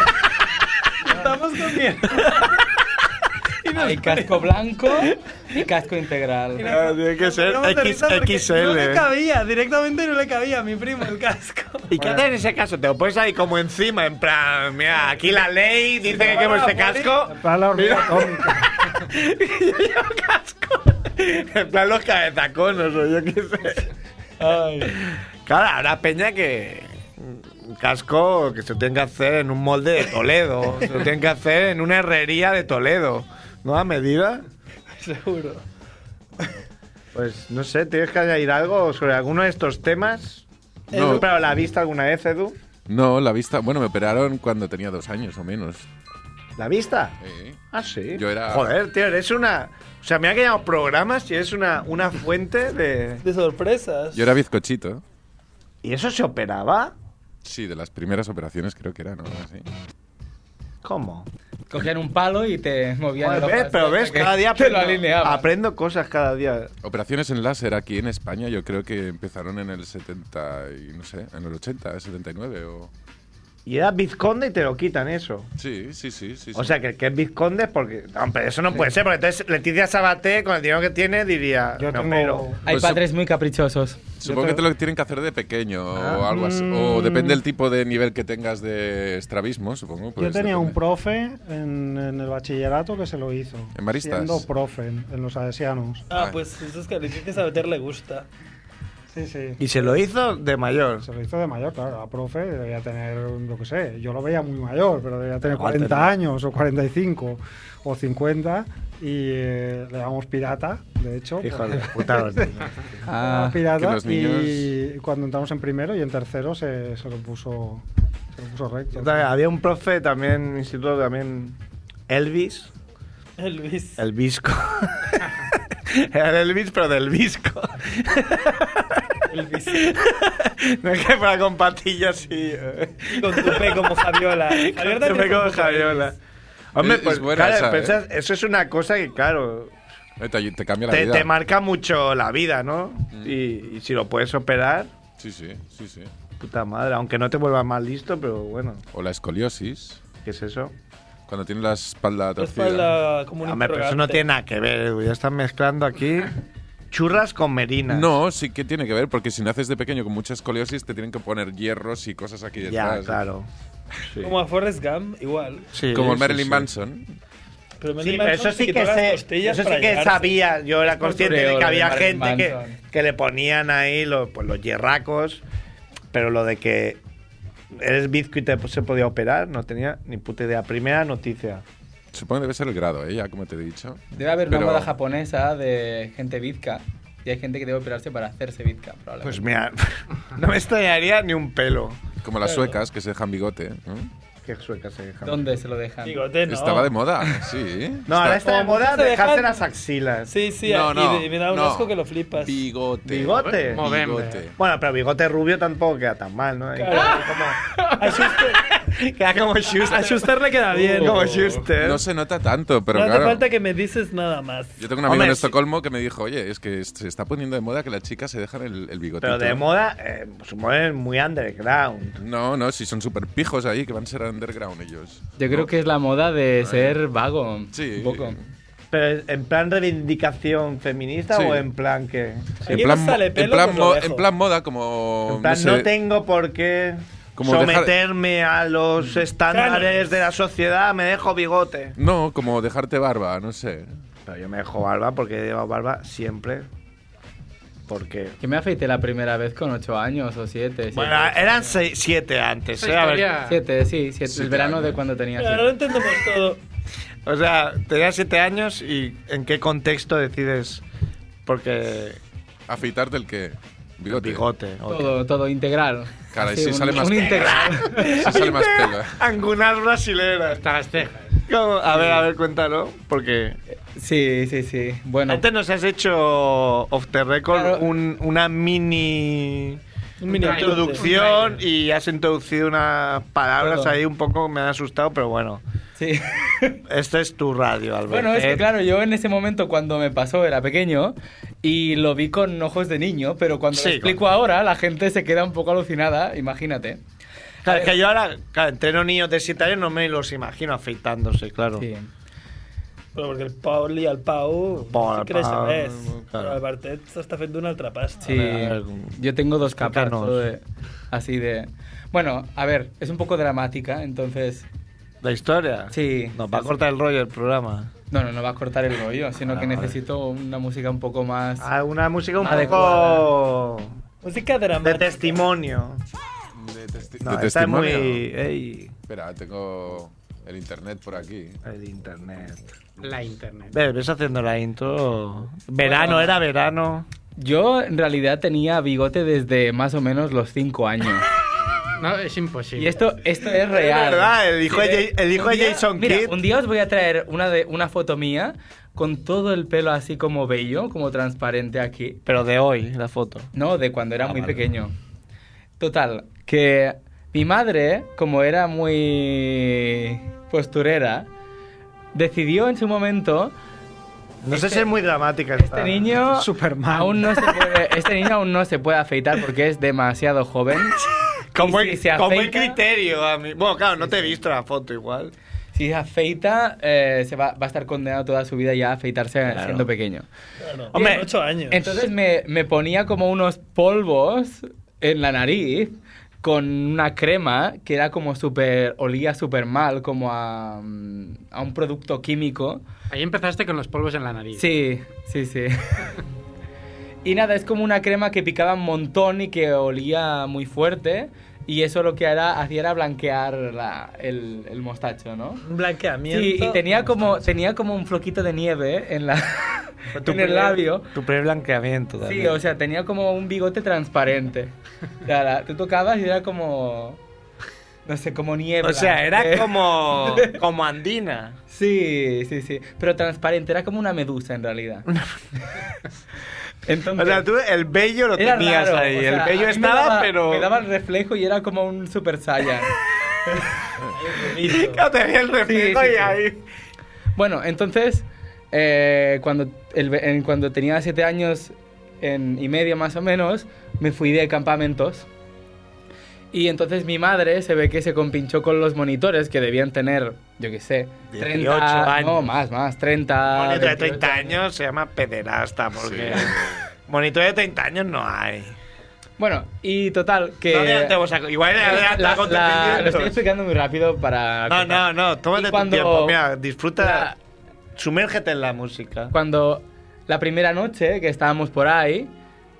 S2: Estamos con bien.
S5: Hay casco blanco y casco integral.
S3: Ah, tiene que ser
S2: Nos moríamos de risa porque
S3: XXL.
S2: No le cabía, directamente no le cabía a mi primo el casco.
S3: ¿Y qué haces en ese caso? ¿Te lo pones ahí como encima? En plan, mira, aquí la ley dice que llevo este
S2: pues,
S3: casco.
S8: va la hormiga atómica.
S3: y yo llevo casco. En plan, los cabetaconos o yo qué sé. Claro, habrá peña que. Un casco que se tiene que hacer en un molde de Toledo. se lo tienen que hacer en una herrería de Toledo. ¿No? A medida.
S2: Seguro.
S3: Pues no sé, ¿tienes que añadir algo sobre alguno de estos temas?
S6: No.
S3: ¿Tú, pero la vista alguna vez, Edu?
S6: No, la vista. Bueno, me operaron cuando tenía dos años o menos.
S3: ¿La vista?
S6: Eh,
S3: Ah, sí.
S6: Yo era-
S3: Joder, tío, eres una. O sea, mira que llamamos programas y eres una, una fuente de.
S2: De sorpresas.
S6: Yo era bizcochito.
S3: ¿Y eso se operaba?
S6: Sí, de las primeras operaciones creo que era, ¿no? Así.
S3: ¿Cómo?
S5: Cogían un palo y te movían
S3: Joder,
S5: el ojo
S3: ves,
S5: así
S3: pero
S5: hasta
S3: ves,
S5: que
S3: cada día
S5: te lo
S3: aprendo,
S5: alineaban.
S3: aprendo cosas cada día.
S6: Operaciones en láser aquí en España yo creo que empezaron en el 70 y no sé, en el eh, 80, 79 o...
S3: Y era vizconde y te lo quitan eso.
S6: Sí, sí, sí, sí.
S3: O
S6: sí.
S3: sea, que el que es vizconde es porque. No, pero eso no puede ser, porque entonces Leticia Sabaté, con el dinero que tiene, diría.
S8: Yo
S3: me
S8: tengo-
S3: opero.
S5: Hay
S6: Pues-
S5: padres muy caprichosos.
S6: Supongo que te lo tienen que hacer de pequeño o
S3: Ah.
S6: algo así.
S3: Mm.
S6: O depende del tipo de nivel que tengas de estrabismo, supongo.
S8: Yo
S6: pues
S8: tenía un
S6: depende.
S8: profe en, en el bachillerato que se lo hizo.
S6: ¿En Maristas?
S8: Siendo profe en, en los adesianos.
S2: Ah, pues eso es que a Leticia Sabater le gusta.
S8: Sí, sí.
S3: Y se lo hizo de mayor.
S8: Se lo hizo de mayor, claro. La profe debía tener, lo que sé, yo lo veía muy mayor, pero debía tener
S3: Igual
S8: 40
S3: tenía.
S8: años o 45 o 50 y eh, le llamamos pirata, de hecho.
S3: Hijo de puta.
S5: Ah,
S8: pirata
S6: Que los niños-
S8: y cuando entramos en primero y en tercero se, se lo puso se lo puso recto.
S3: Yo también- Había un profe también en mi instituto, también Elvis,
S2: El Luis.
S3: el Visco. Era el Elvis, pero del Visco. no es que fuera con patillas y. eh,
S2: Con tu fe como Fabiola. Fabiola
S3: yo me
S2: también
S3: como
S2: es un poco
S3: Javiola. Hombre,
S6: Es-
S3: pues
S6: es buena
S3: claro,
S6: esa,
S3: pero
S6: ¿eh?
S3: esa- eso es una cosa que, claro,
S6: Eh, Te, te cambia la
S3: te,
S6: vida. Mm.
S3: te marca mucho la vida, ¿no? Y, y si lo puedes operar,
S6: Sí, sí, sí, sí.
S3: puta madre, aunque no te vuelvas más listo, pero bueno,
S6: O la escoliosis,
S3: ¿qué es eso?
S6: cuando tienes la espalda
S2: La
S6: torcida.
S2: espalda como un
S3: Hombre, pero eso no
S2: interrogante.
S3: tiene nada que ver, Edu, ya están mezclando aquí churras con merinas.
S6: No, sí que tiene que ver, porque si naces de pequeño con mucha escoliosis te tienen que poner hierros y cosas aquí detrás.
S3: Ya, claro. Sí.
S2: Como a Forrest Gump, igual.
S3: Sí,
S6: Como
S3: sí,
S6: el Marilyn
S3: sí.
S6: Manson.
S2: Pero
S3: Sí,
S2: Marilyn
S3: pero
S2: Manson
S3: eso
S2: se
S3: sí que
S2: quitó las
S3: sé,
S2: costillas
S3: eso sí
S2: para
S3: que
S2: llegarse.
S3: sabía, yo era consciente de que
S5: cultureo
S3: había
S5: de Marilyn
S3: gente que,
S5: Manson.
S3: que le ponían ahí los, pues, los hierracos, pero lo de que eres bizco y te, pues, se podía operar, no tenía ni puta idea. Primera noticia.
S6: Supongo que debe ser el grado, ¿eh? ya como te he dicho.
S5: Debe haber
S6: Pero-
S5: una moda japonesa de gente bizca. Y hay gente que debe operarse para hacerse bizca,
S3: Pues
S5: probablemente.
S3: mira, no me extrañaría ni un pelo.
S6: Como las suecas que se dejan bigote. ¿no?
S3: Qué sueca se
S6: Pues,
S3: deja.
S5: ¿Dónde se lo dejan?
S2: Bigote, no.
S6: Estaba de moda, sí.
S3: No, ahora está de
S2: Como
S3: moda
S2: muchos se
S3: dejarse
S2: dejan-
S3: las axilas.
S2: Sí, sí,
S6: No,
S2: y
S6: no,
S2: de- me da un
S6: no.
S2: asco que lo flipas.
S6: Bigote.
S3: Bigote.
S6: Bigote.
S3: Bueno, pero bigote rubio tampoco queda tan mal, ¿no? Ahí
S2: Claro, como- a Schuster-
S3: Queda como
S2: a
S3: Schuster.
S2: Schuster le queda bien.
S3: como Schuster.
S6: Oh. No se nota tanto, pero
S2: no hace
S6: claro.
S2: falta que me dices nada más.
S6: Yo tengo un amigo
S3: Hombre,
S6: en
S3: sí.
S6: Estocolmo que me dijo, oye, es que se está poniendo de moda que las chicas se dejan el, el bigotito.
S3: Pero de moda, eh, supongo que es muy underground.
S6: No, no, si son súper pijos ahí, que van a ser underground ellos.
S5: Yo creo que es la moda de ser vago.
S6: Sí.
S5: Un poco.
S3: ¿Pero en plan reivindicación feminista
S6: Sí.
S3: o en plan que...?
S2: Aquí no
S6: mo-
S2: sale
S6: en,
S2: pelo,
S6: plan
S2: pues lo
S6: mo-
S2: dejo.
S6: en plan moda, como.
S3: En plan,
S6: no
S3: no,
S6: sé,
S3: tengo por qué...
S6: Como dejar- Mm.
S3: someterme a los estándares de la sociedad, me dejo bigote.
S6: No, como dejarte barba, no sé.
S3: Pero yo me dejo barba porque he llevado barba siempre. Porque.
S5: Que me afeité la primera vez con 8 años o 7.
S3: Bueno, eran seis- siete antes,
S4: Esa
S3: ¿eh? A ver,
S4: historia-
S5: 7, sí, 7.
S6: Siete
S5: el verano
S6: años.
S5: de cuando tenía
S2: Ahora lo
S5: 7.
S2: entendemos todo.
S3: O sea, tenías siete años y ¿en qué contexto decides? Porque.
S6: Afeitarte el que Bigote.
S3: Bigote. o qué?
S5: Todo, todo integral.
S6: Cara, y
S5: Así,
S6: si
S5: un-
S6: sale más
S5: un
S6: pelo.
S5: integral.
S6: Así sale más pelo.
S3: Angular brasilera.
S4: Hasta las cejas.
S3: Como- A ver, a ver, cuéntalo. Porque.
S5: sí, sí, sí. Bueno,
S3: Antes nos has hecho off the record
S5: Claro.
S3: un- una mini.
S2: Un mini
S3: introducción y has introducido unas palabras
S5: Todo.
S3: ahí un poco que me han asustado, pero bueno.
S5: sí.
S3: Esta este es tu radio, Alberto.
S5: Bueno, es
S3: ¿eh?
S5: que claro, yo en ese momento cuando me pasó era pequeño y lo vi con ojos de niño, pero cuando
S3: Sí,
S5: lo explico ahora la gente se queda un poco alucinada, imagínate.
S3: Claro, es que yo ahora, claro, entreno niños de 7 años, no me los imagino afeitándose, claro.
S5: Sí.
S2: Però perquè el Pau li al Pau
S3: Pau,
S2: sí
S3: el
S2: que li
S3: Pau,
S2: sabés.
S3: claro.
S2: Però el Bartet s'està fent d'una altra pasta.
S5: Sí,
S3: ver, a ver,
S5: yo tengo dos capas
S3: explícanos.
S5: todo de- así de... Bueno, a ver, es un poco dramática, entonces...
S3: ¿La historia?
S5: Sí.
S3: Nos va a cortar el rollo el programa.
S5: No, no, no va a cortar el rollo, sino
S3: Ah,
S5: que
S3: vale. Ah,
S5: necesito una música un poco más...
S3: una música un
S5: Adecuada.
S3: poco
S2: Música
S3: de
S2: dramàtica.
S3: testimonio.
S6: De, testi-
S3: No,
S6: de
S3: esta es muy...
S6: testimonio.
S3: Ey,
S6: Espera, tengo el internet por aquí.
S3: el internet.
S4: La internet.
S3: Ves, Eh, ves haciendo la intro. Verano, era verano.
S5: Yo en realidad tenía bigote desde más o menos los 5 años.
S4: No, es imposible.
S5: Y esto, esto es real.
S3: Es verdad, el hijo de
S5: Mire,
S3: Ja- el hijo
S5: un
S3: de
S5: día-
S3: Jason
S5: mira,
S3: Kidd.
S5: Un día os voy a traer una, de, una foto mía con todo el pelo así como bello, como transparente aquí.
S3: Pero de hoy, la foto.
S5: No, de cuando era
S3: Ah,
S5: muy
S3: vale.
S5: pequeño. Total, que mi madre, como era muy posturera, decidió en su momento
S3: No sé si es muy dramática
S5: este niño
S8: Superman.
S5: aún no se puede, este niño aún no se puede afeitar porque es demasiado joven.
S3: Con
S5: Y
S3: buen,
S5: si se
S3: con buen
S5: afeita-
S3: criterio. A mí. Bueno, claro, no te he visto la foto igual.
S5: Si se afeita, eh, se va, va a estar condenado toda su vida ya a afeitarse
S3: Claro.
S5: siendo pequeño.
S2: Bueno,
S3: Hombre,
S2: Hombre, 8 años.
S5: Entonces me, me ponía como unos polvos en la nariz con una crema que era como súper, olía súper mal, como a, mm, a un producto químico.
S4: Ahí empezaste con los polvos en la nariz.
S5: Sí, sí, sí. y nada, es como una crema que picaba un montón y que olía muy fuerte. Y eso lo que era, hacía era blanquear la- el, el mostacho, ¿no?
S2: Un blanqueamiento.
S5: Sí, y tenía como, tenía como un floquito de nieve en, la,
S3: Fue tu
S5: en el
S3: primer-
S5: labio.
S3: Tu primer blanqueamiento también.
S5: Sí, o sea, tenía como un bigote transparente. O sea, la- tú tocabas y era como. No sé, como niebla.
S3: O sea, era
S5: Eh,
S3: como, como andina.
S5: Sí, sí, sí. Pero transparente, era como una medusa en realidad. Entonces.
S3: O sea, tú el vello lo
S5: era
S3: tenías
S5: raro,
S3: ahí.
S5: o sea,
S3: el vello
S5: a mí me
S3: estaba,
S5: daba-
S3: pero.
S5: Me daba el reflejo y era como un super saiyan.
S3: Claro, tenía el reflejo
S5: Sí, sí,
S3: y
S5: sí.
S3: ahí.
S5: Bueno, entonces, eh, cuando, el ve- en- cuando tenía siete años en- y medio más o menos, me fui de campamentos. Y entonces mi madre se ve que se compinchó con los monitores que debían tener, yo qué sé,
S3: 18 años.
S5: No, más, más, 30.
S3: Monitor de
S5: 28.
S3: 30 años se llama pederasta porque. Monitor de 30 años no hay.
S5: Bueno, y total, que. eh,
S3: No adelantemos a- Igual
S5: la-
S3: adelanta
S5: la-
S3: con
S5: la- lo estoy
S3: 300.
S5: explicando muy rápido para.
S3: No, no, no, tómate
S5: Y cuando-
S3: tu tiempo. Mira, disfruta.
S5: la-
S3: Sumérgete en la música.
S5: cuando la primera noche que estábamos por ahí,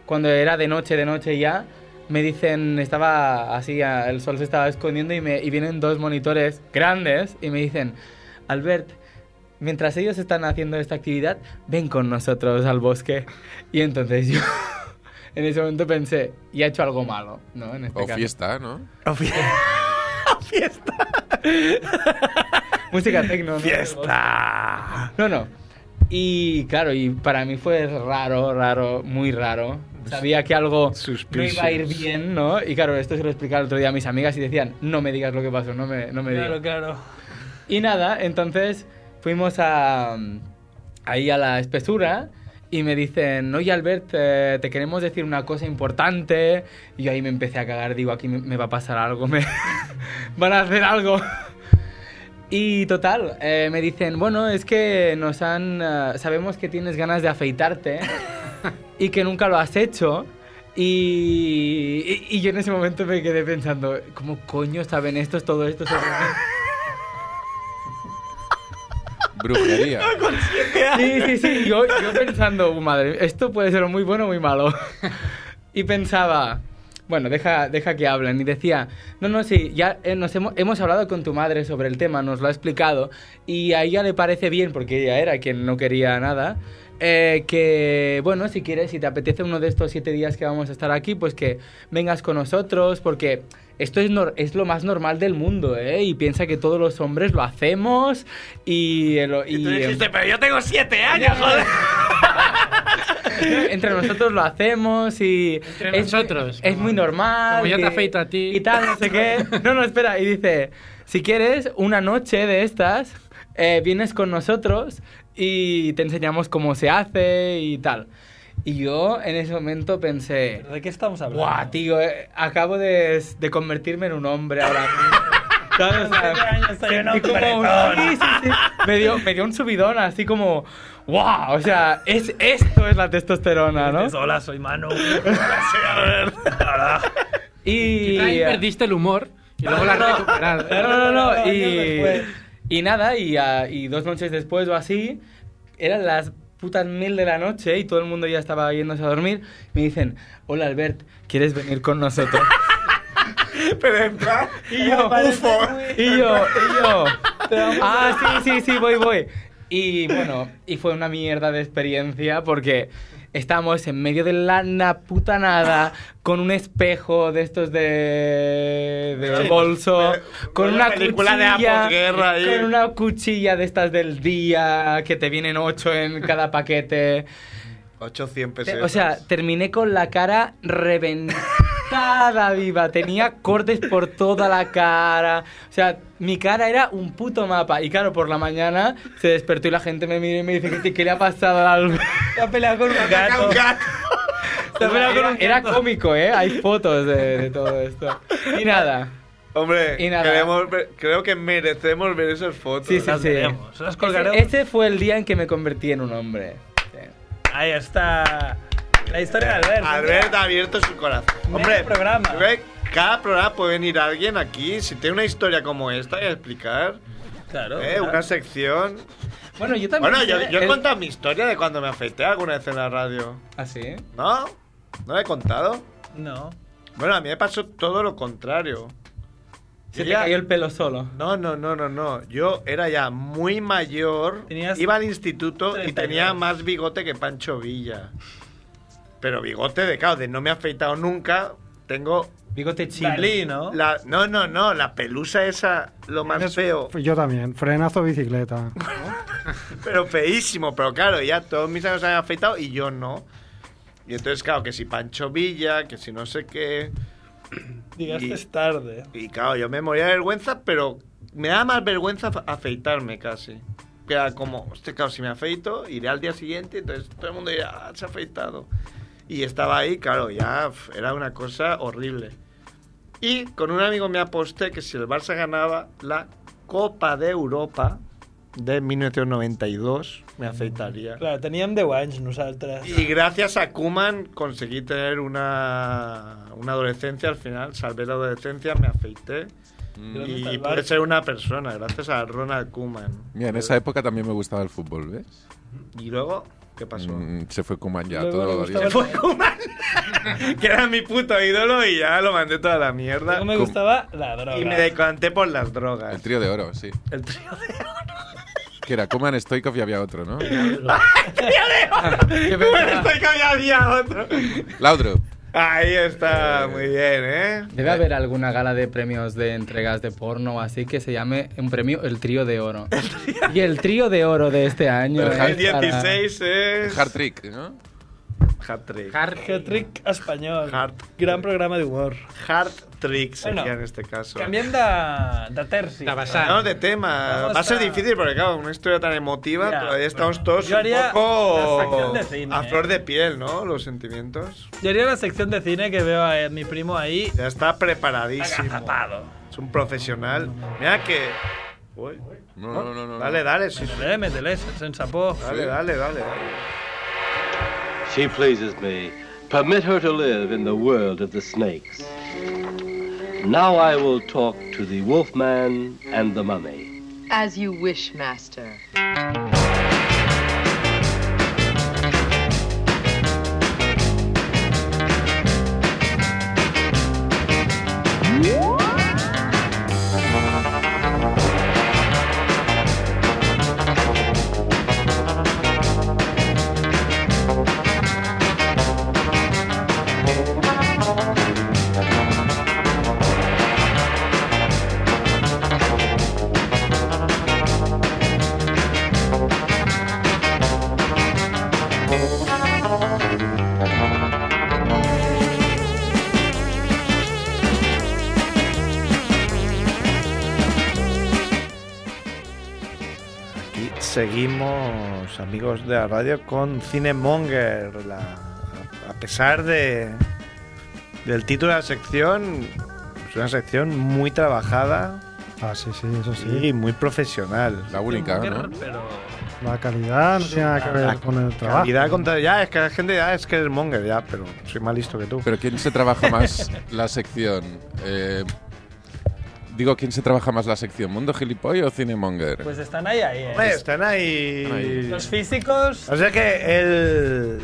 S5: cuando era de noche, de noche ya, me dicen, estaba así, a- el sol se estaba escondiendo y, me, y vienen dos monitores grandes y me dicen, Albert, mientras ellos están haciendo esta actividad, ven con nosotros al bosque. Y entonces yo en ese momento pensé, y ha hecho algo malo, ¿no? En este
S6: O
S5: caso.
S6: fiesta, ¿no?
S5: Música tecno. ¿no?
S3: ¡Fiesta!
S5: No, no. Y claro, y para mí fue raro, raro, muy raro. Sabía que algo no
S3: Suspicious.
S5: iba a ir bien, ¿no? Y claro, esto se lo explicaba el otro día a mis amigas y decían, no me digas lo que pasó, no me, no me
S2: Claro,
S5: digas.
S2: claro.
S5: Y nada, entonces fuimos a, ahí a la espesura y me dicen, oye Albert, eh, te queremos decir una cosa importante. Y yo ahí me empecé a cagar, digo, aquí me, me va a pasar algo, me van a hacer algo. Y total, eh, me dicen, bueno, es que nos han... eh, sabemos que tienes ganas de afeitarte y que nunca lo has hecho. Y, y- y yo en ese momento me quedé pensando, ¿cómo coño saben estos todo esto? sobre mí?
S6: Brujería.
S5: Sí, sí, sí. Yo, yo pensando, "Uh, madre, esto puede ser muy bueno o muy malo. Y pensaba, bueno, deja, deja que hablen. Y decía, no, no, sí, ya eh, nos hemos, hemos hablado con tu madre sobre el tema, nos lo ha explicado. Y a ella le parece bien, porque ella era quien no quería nada. eh, que, bueno, si quieres, si te apetece uno de estos siete días que vamos a estar aquí, pues que vengas con nosotros, porque esto es, nor- es lo más normal del mundo, ¿eh? Y piensa que todos los hombres lo hacemos y... eh, lo-
S3: Y tú
S5: y, eh,
S3: dijiste, pero yo tengo siete años, joder.
S5: entre nosotros lo hacemos y.
S4: Entre nosotros,
S5: Es
S4: como-
S5: muy normal.
S4: como yo te
S5: que-
S4: afeito a ti.
S5: Y tal, no sé qué. No, no, espera. Y dice: si quieres, una noche de estas, eh, vienes con nosotros y te enseñamos cómo se hace y tal. Y yo en ese momento pensé:
S2: ¿De qué estamos hablando?
S5: ¡Guau, tío! eh, acabo de, de convertirme en un hombre ahora mismo. ¿Sabes? O sea,
S2: Siete años soy un
S5: sentí como un-
S2: hombretón.
S5: sí, sí, sí. Me, dio, me dio un subidón así como... ¡Wow! O sea, es, esto es la testosterona, ¿no?
S2: Dices, Hola, soy Manu. Hola, soy Albert. Hola.
S5: Y...
S4: Quizá ahí perdiste el humor y luego la has
S5: No,
S4: recuperado.
S5: no, no, no,
S2: Años
S5: Y,
S2: después.
S5: y nada, y, ah, y dos noches después o así, eran las putas mil de la noche y todo el mundo ya estaba yéndose a dormir. Me dicen, hola Albert, ¿quieres venir con nosotros?
S3: Pero en plan,
S5: Y yo,
S3: ufo.
S5: Y yo, y yo. Ah, sí, sí, sí, voy, voy. Y bueno, y fue una mierda de experiencia porque estábamos en medio de la na puta nada, con un espejo de estos de, de
S3: Sí,
S5: bolso,
S3: pero-
S5: con una
S3: película de
S5: cuchilla,
S3: posguerra ahí.
S5: con una cuchilla de estas del día que te vienen ocho en cada paquete.
S3: 800
S5: Te-
S3: pesos.
S5: O sea, terminé con la cara reventada viva. Tenía cortes por toda la cara. O sea, mi cara era un puto mapa. Y claro, por la mañana se despertó y la gente me miró y me dice, ¿qué, qué le ha pasado al
S2: Te ha peleado con un
S3: Saca
S2: gato.
S3: un gato.
S5: era, era cómico, ¿eh? Hay fotos de, de todo esto. Y nada.
S3: Hombre,
S5: Y nada.
S3: queremos ver- creo que merecemos ver esas fotos.
S5: Sí, sí,
S2: Las
S5: sí.
S2: veremos, las colgaremos.
S5: Ese, ese fue el día en que me convertí en un hombre. Sí.
S2: Ahí está. La historia de Albert.
S3: Albert ha abierto su corazón.
S2: Medio
S3: Hombre,
S2: programa.
S3: yo creo que cada programa puede venir alguien aquí, si tiene una historia como esta, y a explicar.
S2: Claro.
S3: ¿eh? Una sección.
S5: Bueno, yo también...
S3: Bueno, yo, yo he
S5: el-
S3: contado mi historia de cuando me afeité alguna vez en la radio.
S5: ¿Ah, sí?
S3: ¿No? ¿No la he contado?
S2: No.
S3: Bueno, a mí me pasó todo lo contrario.
S5: Se
S3: Yo
S5: te
S3: ya-
S5: cayó el pelo solo.
S3: No, no, no, no, no. Yo era ya muy mayor,
S2: Tenías
S3: iba al instituto y
S2: 32.
S3: tenía más bigote que Pancho Villa. Pero bigote de caos, de no me he afeitado nunca. Tengo
S5: Bigote chino.
S2: Dalí, ¿no?
S3: la no, no, no, la pelusa esa lo más feo,
S8: Yo también, frenazo bicicleta.
S3: pero feísimo, pero claro, ya todos mis amigos se han afeitado y yo no. Y entonces claro, que si Pancho Villa, que si no sé qué,
S2: Llegaste
S3: Y-
S2: tarde.
S3: Y claro, yo me moría de vergüenza, pero me da más vergüenza af- afeitarme casi. Que era como, hostia, claro, si me afeito, iré al día siguiente, entonces todo el mundo dirá, "Ah, se ha afeitado. Y estaba ahí, claro, ya f- era una cosa horrible. Y con un amigo me aposté que si el Barça ganaba la Copa de Europa de 1992, me afeitaría.
S2: Claro, teníem 10 anys nosaltres.
S3: Y gracias a Kuman conseguí tener una, una adolescencia al final. Salvé la adolescencia, me afeité.
S2: Mm. Gracias
S3: Y
S2: al
S3: pude
S2: Barça.
S3: ser una persona, gracias a Ronald Kuman.
S6: Mira, en esa época también me gustaba el fútbol, ¿ves?
S3: Y luego, ¿qué pasó?
S6: Mm, se fue Kuman ya,
S2: Luego
S6: todo
S2: le
S6: lo
S2: gustaba
S6: día.
S2: el
S3: Fue Kuman, que era mi puto ídolo y ya lo mandé toda la mierda.
S2: No me
S6: Com-
S2: gustaba la droga.
S3: Y me decanté por las
S6: El
S3: drogas.
S6: trío de oro, sí.
S3: El trío de
S6: Que era Kuman, Stoikov y había otro, ¿no?
S5: Ah, Qué
S3: Kuman,
S5: pena.
S3: estoy que había- había otro.
S6: Laudrup.
S3: Ahí está, muy bien, ¿eh?
S5: Debe haber alguna gala de premios de entregas de porno o así que se llame un premio El Trío de Oro. y el Trío de Oro de este año.
S6: El
S5: es
S3: El 16 es...
S6: Hard Trick, ¿no?
S3: Hard Trick.
S2: Hat-trick espanyol.
S3: Hat-
S2: Gran programa d'humor.
S3: Hard Trick sería
S2: Bueno,
S3: en este caso.
S2: Canviem de, de terci.
S4: De vessant.
S3: No, de tema.
S2: Vamos
S3: Va a ser
S2: a-
S3: difícil porque, claro, una historia tan emotiva,
S2: Ya,
S3: todavía estamos
S2: bueno.
S3: todos
S2: Yo haría
S3: un poco
S2: la sección de cine,
S3: a
S2: ¿eh?
S3: flor de piel, ¿no? Los sentimientos.
S2: Yo haría la sección de cine que veo a eh, mi primo ahí.
S3: Ya está preparadísimo.
S2: Agazapado.
S3: Es un profesional. Mira que... Uy.
S6: No, no, no. no.
S3: Dale, dale, sí, sí.
S2: Métele, métele, sense por.
S3: Dale,
S6: Sí.
S3: dale, dale. dale.
S9: She pleases me, Permit her to live in the world of the snakes. Now I will talk to the wolfman and the mummy.
S10: As you wish, master.
S3: Aquí seguimos, amigos de la radio, con Cinemonger. La, a pesar de, del título de la sección, es una sección muy trabajada
S8: Ah, sí, sí, eso
S3: y
S8: sí.
S3: muy profesional.
S6: La única, ¿no?
S2: Pero
S8: La calidad no tiene nada que ver con el trabajo.
S3: Calidad contra- Ya, es que la gente ya es que eres monger, ya, pero soy más listo que tú.
S6: Pero ¿quién se trabaja más la sección? Eh, digo, ¿quién se trabaja más la sección? ¿Mundo gilipoy o cinemonger?
S2: pues están ahí, ahí. ¿eh?
S3: Hombre, están ahí.
S6: Están ahí.
S2: Los físicos.
S3: O sea que el.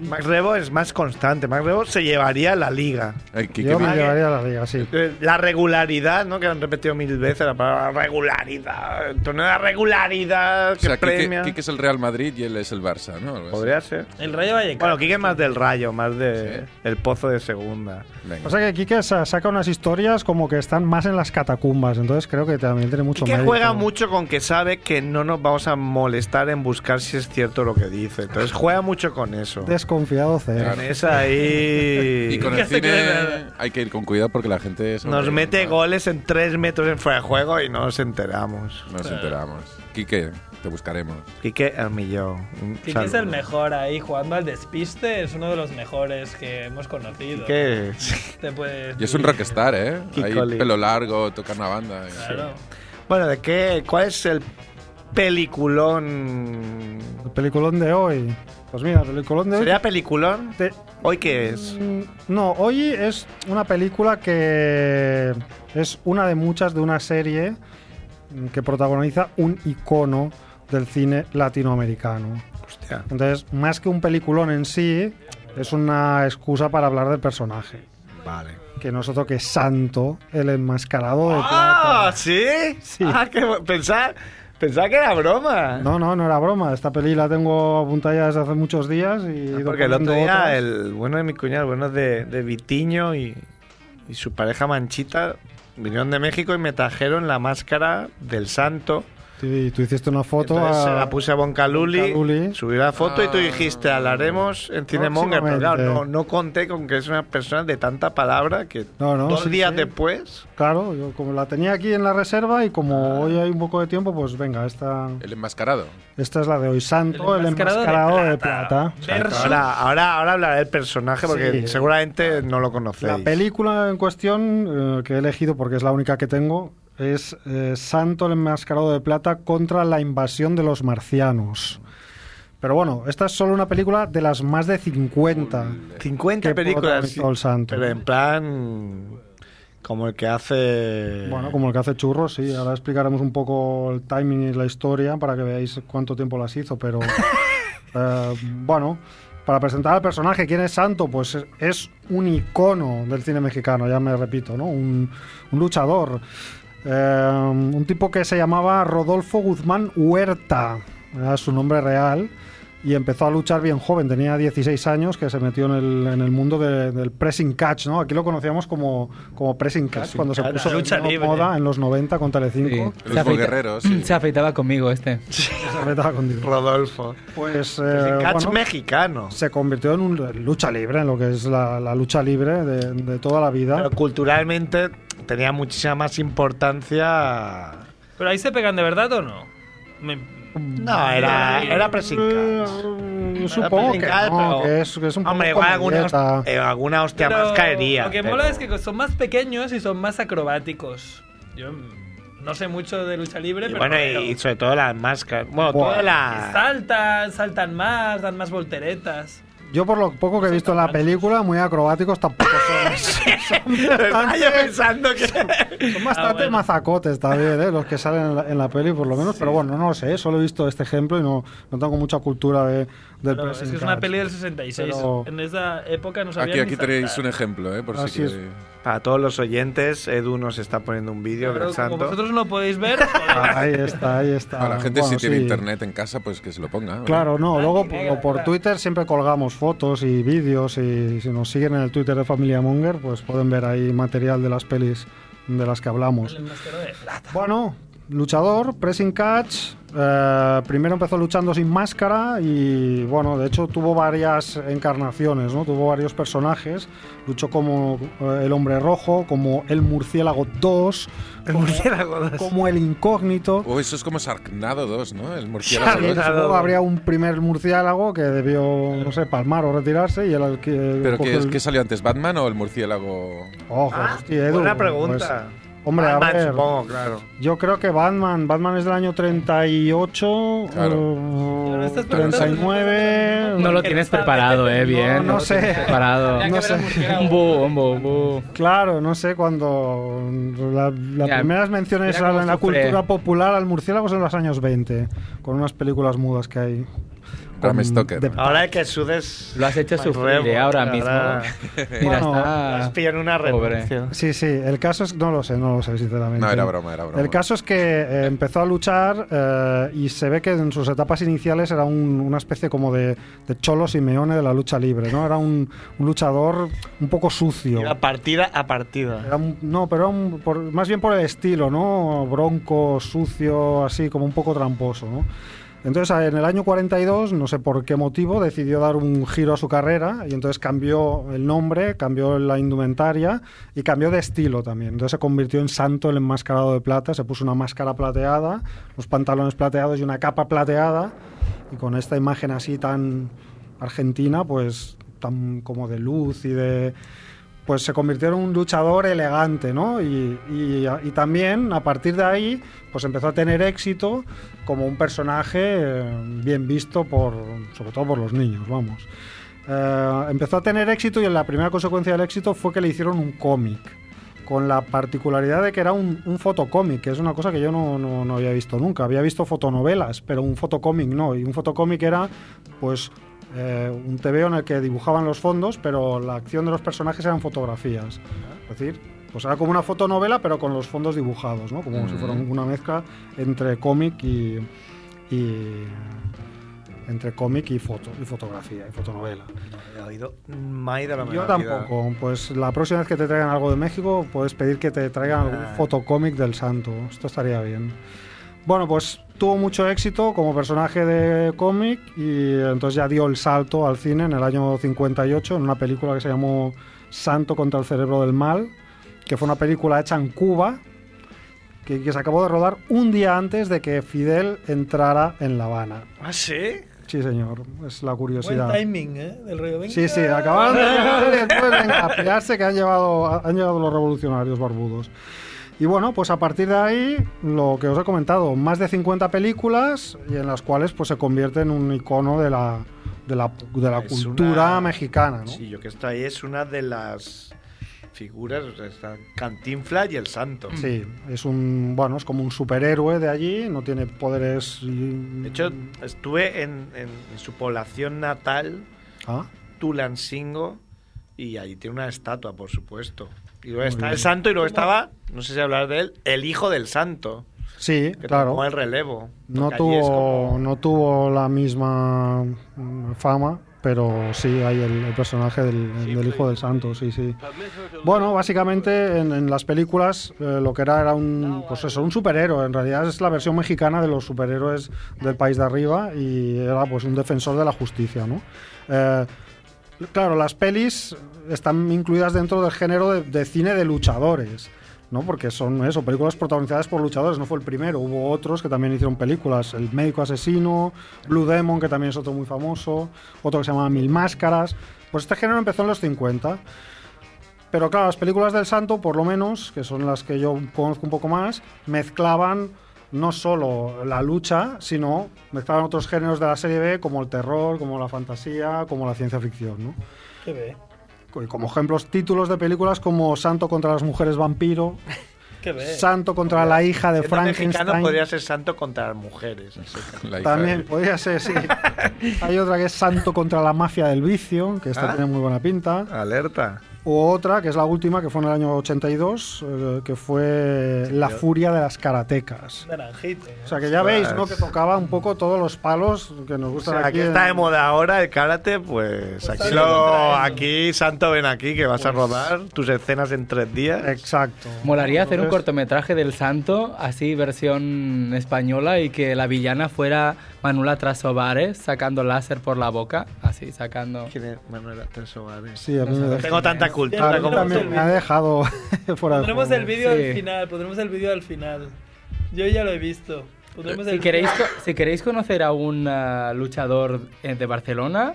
S3: Max Rebo es más constante. Max Rebo se llevaría la liga.
S6: Ay, Quique
S8: Yo
S6: Villar.
S8: me llevaría la liga, sí.
S3: Eh, La regularidad, ¿no? Que han repetido mil veces la palabra regularidad. El torneo de regularidad
S6: O
S3: que
S6: sea, Quique,
S3: premia.
S6: Quique es el Real Madrid y él es el Barça, ¿no? Algo así.
S3: Podría ser.
S2: El Rayo Vallecano.
S3: Bueno, Quique es más del rayo, más de
S6: Sí.
S3: el pozo de segunda.
S6: Venga.
S8: O sea que Quique sa- saca unas historias como que están más en las catacumbas, entonces creo que también tiene mucho
S3: Quique
S8: mérito.
S3: juega mucho con que sabe que no nos vamos a molestar en buscar si es cierto lo que dice. Entonces juega mucho con eso.
S8: Desconfiado cero.
S3: Con esa ahí.
S6: y con el
S2: Quique se queda
S6: cine hay que ir con cuidado porque la gente... se
S3: Nos
S6: ofende,
S3: mete
S6: ¿no?
S3: goles en tres metros en fuera de juego y no nos enteramos.
S6: Nos enteramos. Quique, te buscaremos.
S3: Quique Armilló. un
S2: Quique es
S3: saludo.
S2: el mejor ahí jugando al despiste, es uno de los mejores que hemos conocido.
S3: Quique-
S2: Te puedes
S6: Y es un rockstar, ¿eh?
S3: Quique
S6: Hay
S3: Oli.
S6: pelo largo, toca una banda. y-
S2: Claro.
S3: Bueno, ¿de qué? ¿Cuál es el peliculón?
S8: El peliculón de hoy. Pues mira, el peliculón de hoy.
S3: ¿Sería peliculón?
S8: te-
S3: ¿Hoy qué es?
S8: Mm, No, hoy es una película que es una de muchas de una serie mm, que protagoniza un icono del cine latinoamericano.
S3: Hostia.
S8: Entonces, más que un peliculón en sí, es una excusa para hablar del personaje.
S3: Vale.
S8: Que no es otro que Santo, el enmascarado de
S3: ¡Ah!
S8: plata.
S3: ¿Sí?
S8: Sí.
S3: Ah, que pensaba, pensaba que era broma.
S8: No, no, no era broma. Esta peli la tengo apuntada ya desde hace muchos días. Y he ido
S3: Ah, Porque el otro
S8: poniendo
S3: día
S8: otras.
S3: el bueno de mi cuñado, el bueno de, de Vitiño y, y su pareja Manchita vinieron de México y me trajeron la máscara del santo.
S8: Sí, tú hiciste una foto. a-
S3: Entonces se la puse a Boncaluli,
S8: Boncaluli.
S3: subí la foto y tú dijiste, hablaremos en Cinemonger, pero claro, no,
S8: Próximamente.
S3: no conté con que es una persona de tanta palabra que
S8: No, no,
S3: dos
S8: sí,
S3: días
S8: sí.
S3: después...
S8: Claro, yo como la tenía aquí en la reserva y
S3: Ah.
S8: como hoy hay un poco de tiempo, pues venga, esta,
S6: El enmascarado.
S8: esta es la de hoy. Santo, el enmascarado, de plata.
S3: Ahora, ahora, ahora hablaré del personaje porque
S8: Sí.
S3: seguramente no lo conocéis.
S8: La película en cuestión eh, que he elegido porque es la única que tengo es eh, Santo el enmascarado de plata contra la invasión de los marcianos. Pero bueno, esta es solo una película de las más de 50.
S3: 50
S8: que
S3: películas.
S8: protagonizó el santo.
S3: Pero en plan. Como el que hace.
S8: Bueno, como el que hace churros, sí. Ahora explicaremos un poco el timing y la historia para que veáis cuánto tiempo las hizo, pero eh, bueno, para presentar al personaje, ¿quién es Santo? Pues es- es un icono del cine mexicano, ya me repito, ¿no? Un, un luchador. Eh, un tipo que se llamaba Rodolfo Guzmán Huerta, era su nombre real, y empezó a luchar bien joven, tenía 16 años, que se metió en el, en el mundo de- del pressing catch, ¿no? Aquí lo conocíamos como, como pressing catch, cuando se
S3: catch,
S8: puso
S2: lucha
S8: de
S2: libre.
S8: moda en los 90 con Telecinco,
S5: Sí.
S6: El
S5: Se
S6: último
S5: afeita-
S6: guerrero, sí.
S5: Se afeitaba conmigo este.
S8: se retaba con Dios.
S3: Rodolfo.
S8: Pues, eh,
S3: El catch
S8: bueno,
S3: mexicano.
S8: se convirtió en un lucha libre, en lo que es la, la lucha libre de, de toda la vida.
S3: Pero culturalmente tenía muchísima más importancia.
S2: Pero ahí se pegan de verdad o no? Me-
S3: No, era, era pressing catch.
S8: Mm,
S3: Era
S8: Supongo que,
S3: pressing catch,
S8: no,
S3: Pues pero-
S8: que es, que es un poco
S3: Hombre, igual alguna,
S8: comedieta.
S3: host- eh, alguna hostia
S2: Pero
S3: más caería.
S2: Lo que
S3: pero-
S2: mola es que son más pequeños y son más acrobáticos. Yo mm, no sé mucho de lucha libre,
S3: Y
S2: pero
S3: bueno,
S2: pero
S3: y, y sobre todo las máscaras. Bueno,
S8: Buah.
S3: toda la.
S2: saltan, saltan más, dan más volteretas.
S8: Yo por lo poco que he visto en la película, muy acrobáticos tampoco son.
S3: Estaba yo pensando que.
S8: Son
S2: Ah,
S8: bastante mazacotes también, ¿eh? los que salen en la, en la peli por lo menos, pero bueno, no lo sé, solo he visto este ejemplo y no, no tengo mucha cultura de, del
S2: Pero es
S8: pressing
S2: que es una
S8: catch.
S2: peli del 66.
S8: Pero-
S2: En esa época no sabía
S6: Aquí, aquí tenéis un ejemplo, ¿eh? por si
S8: Así es.
S6: queréis.
S3: Para todos los oyentes, Edu nos está poniendo un vídeo
S2: Pero como
S3: pensando.
S2: vosotros no podéis ver,
S8: Ah, Ahí está, ahí está.
S6: Para la gente
S8: Bueno,
S6: si tiene
S8: sí.
S6: internet en casa, pues que se lo ponga. ¿vale?
S8: Claro, no, luego por, por Twitter siempre colgamos fotos y vídeos y si nos siguen en el Twitter de Familia Monger, pues pueden ver ahí material de las pelis de las que hablamos. Bueno, luchador, pressing catch. eh, primero empezó luchando sin máscara y bueno, de hecho tuvo varias encarnaciones, ¿no? Tuvo varios personajes. Luchó como eh, el hombre rojo, como el murciélago 2,
S3: El murciélago dos.
S8: como el incógnito.
S6: O eso es como Sarknado 2, ¿no? El murciélago
S8: Claro,
S3: Claro,
S6: 2.
S3: Sarknado.
S8: supongo que habría un primer murciélago que debió, no sé, palmar o retirarse y el que.
S6: ¿Pero
S8: cogió
S6: qué, es,
S8: el-
S6: qué salió antes, Batman o el murciélago?
S8: Ojo,
S3: Ah,
S8: hostia, Edu,
S3: buena
S8: pues,
S3: pregunta.
S8: hombre,
S3: Batman,
S8: a ver.
S3: supongo, claro.
S8: Yo creo que Batman. Batman es del año 38.
S6: Claro.
S8: eh,
S2: Pero estas preguntas-
S8: 39.
S5: No lo tienes preparado, eh, bien.
S8: No, no
S5: lo
S8: sé.
S5: tienes Preparado.
S8: No sé.
S5: Un bu, un bu, un bu.
S8: Claro, no sé, cuando la- las
S5: Mira,
S8: primeras menciones
S5: mira
S8: a
S5: cómo
S8: la, en la
S5: sufre.
S8: cultura popular al murciélago son en los años 20, con unas películas mudas que hay.
S6: Bram
S8: Con-
S6: Stoker.
S8: de-
S3: Ahora que sudes.
S5: Lo has hecho
S3: Macrebo,
S5: sufrir eh, ahora
S3: la
S5: mismo.
S3: verdad.
S5: Mira,
S8: Bueno,
S3: Has
S5: está.
S3: pillado en una red.
S5: Pobre.
S8: Sí, sí, el caso es... No lo sé, no lo sé, sinceramente.
S6: No, era broma, era broma.
S8: El caso es que eh, empezó a luchar eh, y se ve que en sus etapas iniciales era un- una especie como de, de cholo Simeone de la lucha libre, ¿no? Era un, un luchador un poco sucio.
S3: Iba partida a partida.
S8: Era un- no, pero era un- por- más bien por el estilo, ¿no? Bronco, sucio, así, como un poco tramposo, ¿no? Entonces, en el año 42, no sé por qué motivo, decidió dar un giro a su carrera y entonces cambió el nombre, cambió la indumentaria y cambió de estilo también. Entonces se convirtió en santo el enmascarado de plata, se puso una máscara plateada, unos pantalones plateados y una capa plateada y con esta imagen así tan argentina, pues tan como de luz y de, pues se convirtió en un luchador elegante, ¿no? Y, y- y también a partir de ahí, pues empezó a tener éxito como un personaje eh, bien visto por, sobre todo por los niños, vamos. Eh, empezó a tener éxito y la primera consecuencia del éxito fue que le hicieron un cómic, con la particularidad de que era un, un fotocómic, que es una cosa que yo no, no- no había visto nunca. Había visto fotonovelas, pero un fotocómic no. Y un fotocómic era, pues, eh, un TVO en el que dibujaban los fondos, pero la acción de los personajes eran fotografías. Es decir, pues era como una fotonovela, pero con los fondos dibujados, ¿no? Como si fuera una mezcla entre cómic y. y- entre cómic y foto y fotografía y fotonovela.
S3: He oído. Me ha ido la
S8: Yo
S3: menor idea.
S8: tampoco. Pues la próxima vez que te traigan algo de México, puedes pedir que te traigan algún
S3: Ah.
S8: fotocómic del santo. Esto estaría bien. Bueno, pues tuvo mucho éxito como personaje de cómic y entonces ya dio el salto al cine en el año 58 en una película que se llamó Santo contra el cerebro del mal, que fue una película hecha en Cuba que, que se acabó de rodar un día antes de que Fidel entrara en La Habana.
S3: ¿Ah, sí?
S8: Sí, señor, es la curiosidad.
S2: Buen timing, ¿eh? Del rollo. venga.
S8: Sí, sí, acabaron de llegar después de encapearse que han llevado, han llegado los revolucionarios barbudos. Y bueno, pues a partir de ahí, lo que os he comentado, más de 50 películas y en las cuales pues se convierte en un icono de la, de la, de la
S3: Es
S8: cultura
S3: una-
S8: mexicana, ¿no?
S3: Sí, yo que estoy ahí es una de las figuras. O sea, está Cantinfla y el Santo.
S8: Sí, es un, bueno, es como un superhéroe de allí, no tiene poderes... y-
S3: De hecho, estuve en, en- en su población natal,
S8: Ah,
S3: Tulancingo, y ahí tiene una estatua, por supuesto. Y luego está el santo, y luego estaba, no sé si hablar de él, el hijo del santo,
S8: Sí,
S3: que
S8: claro.
S3: tomó el relevo.
S8: No
S3: Porque allí es
S8: tuvo,
S3: como-
S8: no tuvo la misma mm, fama, pero sí hay el, el personaje del, del hijo del santo, sí, sí. Bueno, básicamente en, en las películas eh, lo que era era un, pues eso, un superhéroe. En realidad es la versión mexicana de los superhéroes del país de arriba y era pues un defensor de la justicia, ¿no? Eh, Claro, las pelis están incluidas dentro del género de, de cine de luchadores, ¿no? Porque son eso, películas protagonizadas por luchadores, no fue el primero, hubo otros que también hicieron películas, El médico asesino, Blue Demon, que también es otro muy famoso, otro que se llamaba Mil Máscaras. Pues este género empezó en los 50. Pero claro, las películas del santo, por lo menos, que son las que yo conozco un poco más, mezclaban no solo la lucha, sino mezclaban otros géneros de la serie B como el terror, como la fantasía, como la ciencia ficción. ¿no?
S2: ¿Qué ve?
S8: Co- Como ejemplos, títulos de películas como Santo contra las mujeres vampiro,
S3: ¿Qué ve?
S8: Santo contra la hija de
S3: Siendo mexicano
S8: Frankenstein.
S3: podría ser santo contra las mujeres. así que-
S8: También pues. podría ser, sí. Hay otra que es Santo contra la mafia del vicio, que esta
S3: Ah.
S8: tiene muy buena pinta.
S3: Alerta.
S8: O otra, que es la última, que fue en el año 82, eh, que fue La
S2: yo-
S8: furia de las karatecas.
S2: Naranjito. ¿eh? Pues,
S8: O sea, que ya veis, ¿no? Que tocaba un poco todos los palos que nos
S3: O
S8: gustan
S3: sea, aquí
S8: aquí.
S3: está
S8: en-
S3: de moda ahora el karate, pues aquí
S8: santo
S3: lo-
S8: contra
S3: aquí, Santo, ven aquí, que
S8: Pues
S3: vas a rodar tus escenas en tres días.
S8: Exacto.
S5: Molaría hacer un
S8: Entonces-
S5: cortometraje del santo, así versión española, y que la villana fuera Manuela Trasobares sacando láser por la boca, así sacando...
S3: ¿Quién es Manuela Trasobares?
S8: Sí, a mí me deja-
S3: Tengo tanta
S8: A
S3: cultura
S8: mí
S3: como
S8: también
S3: tú.
S8: me ha dejado fuera de
S2: Pondremos
S8: juego.
S2: el vídeo
S5: Sí.
S2: al final, pondremos el vídeo al final. Yo ya lo he visto. Pondremos
S5: Si
S2: el
S5: queréis, co- si queréis conocer a un ah, luchador eh, de Barcelona,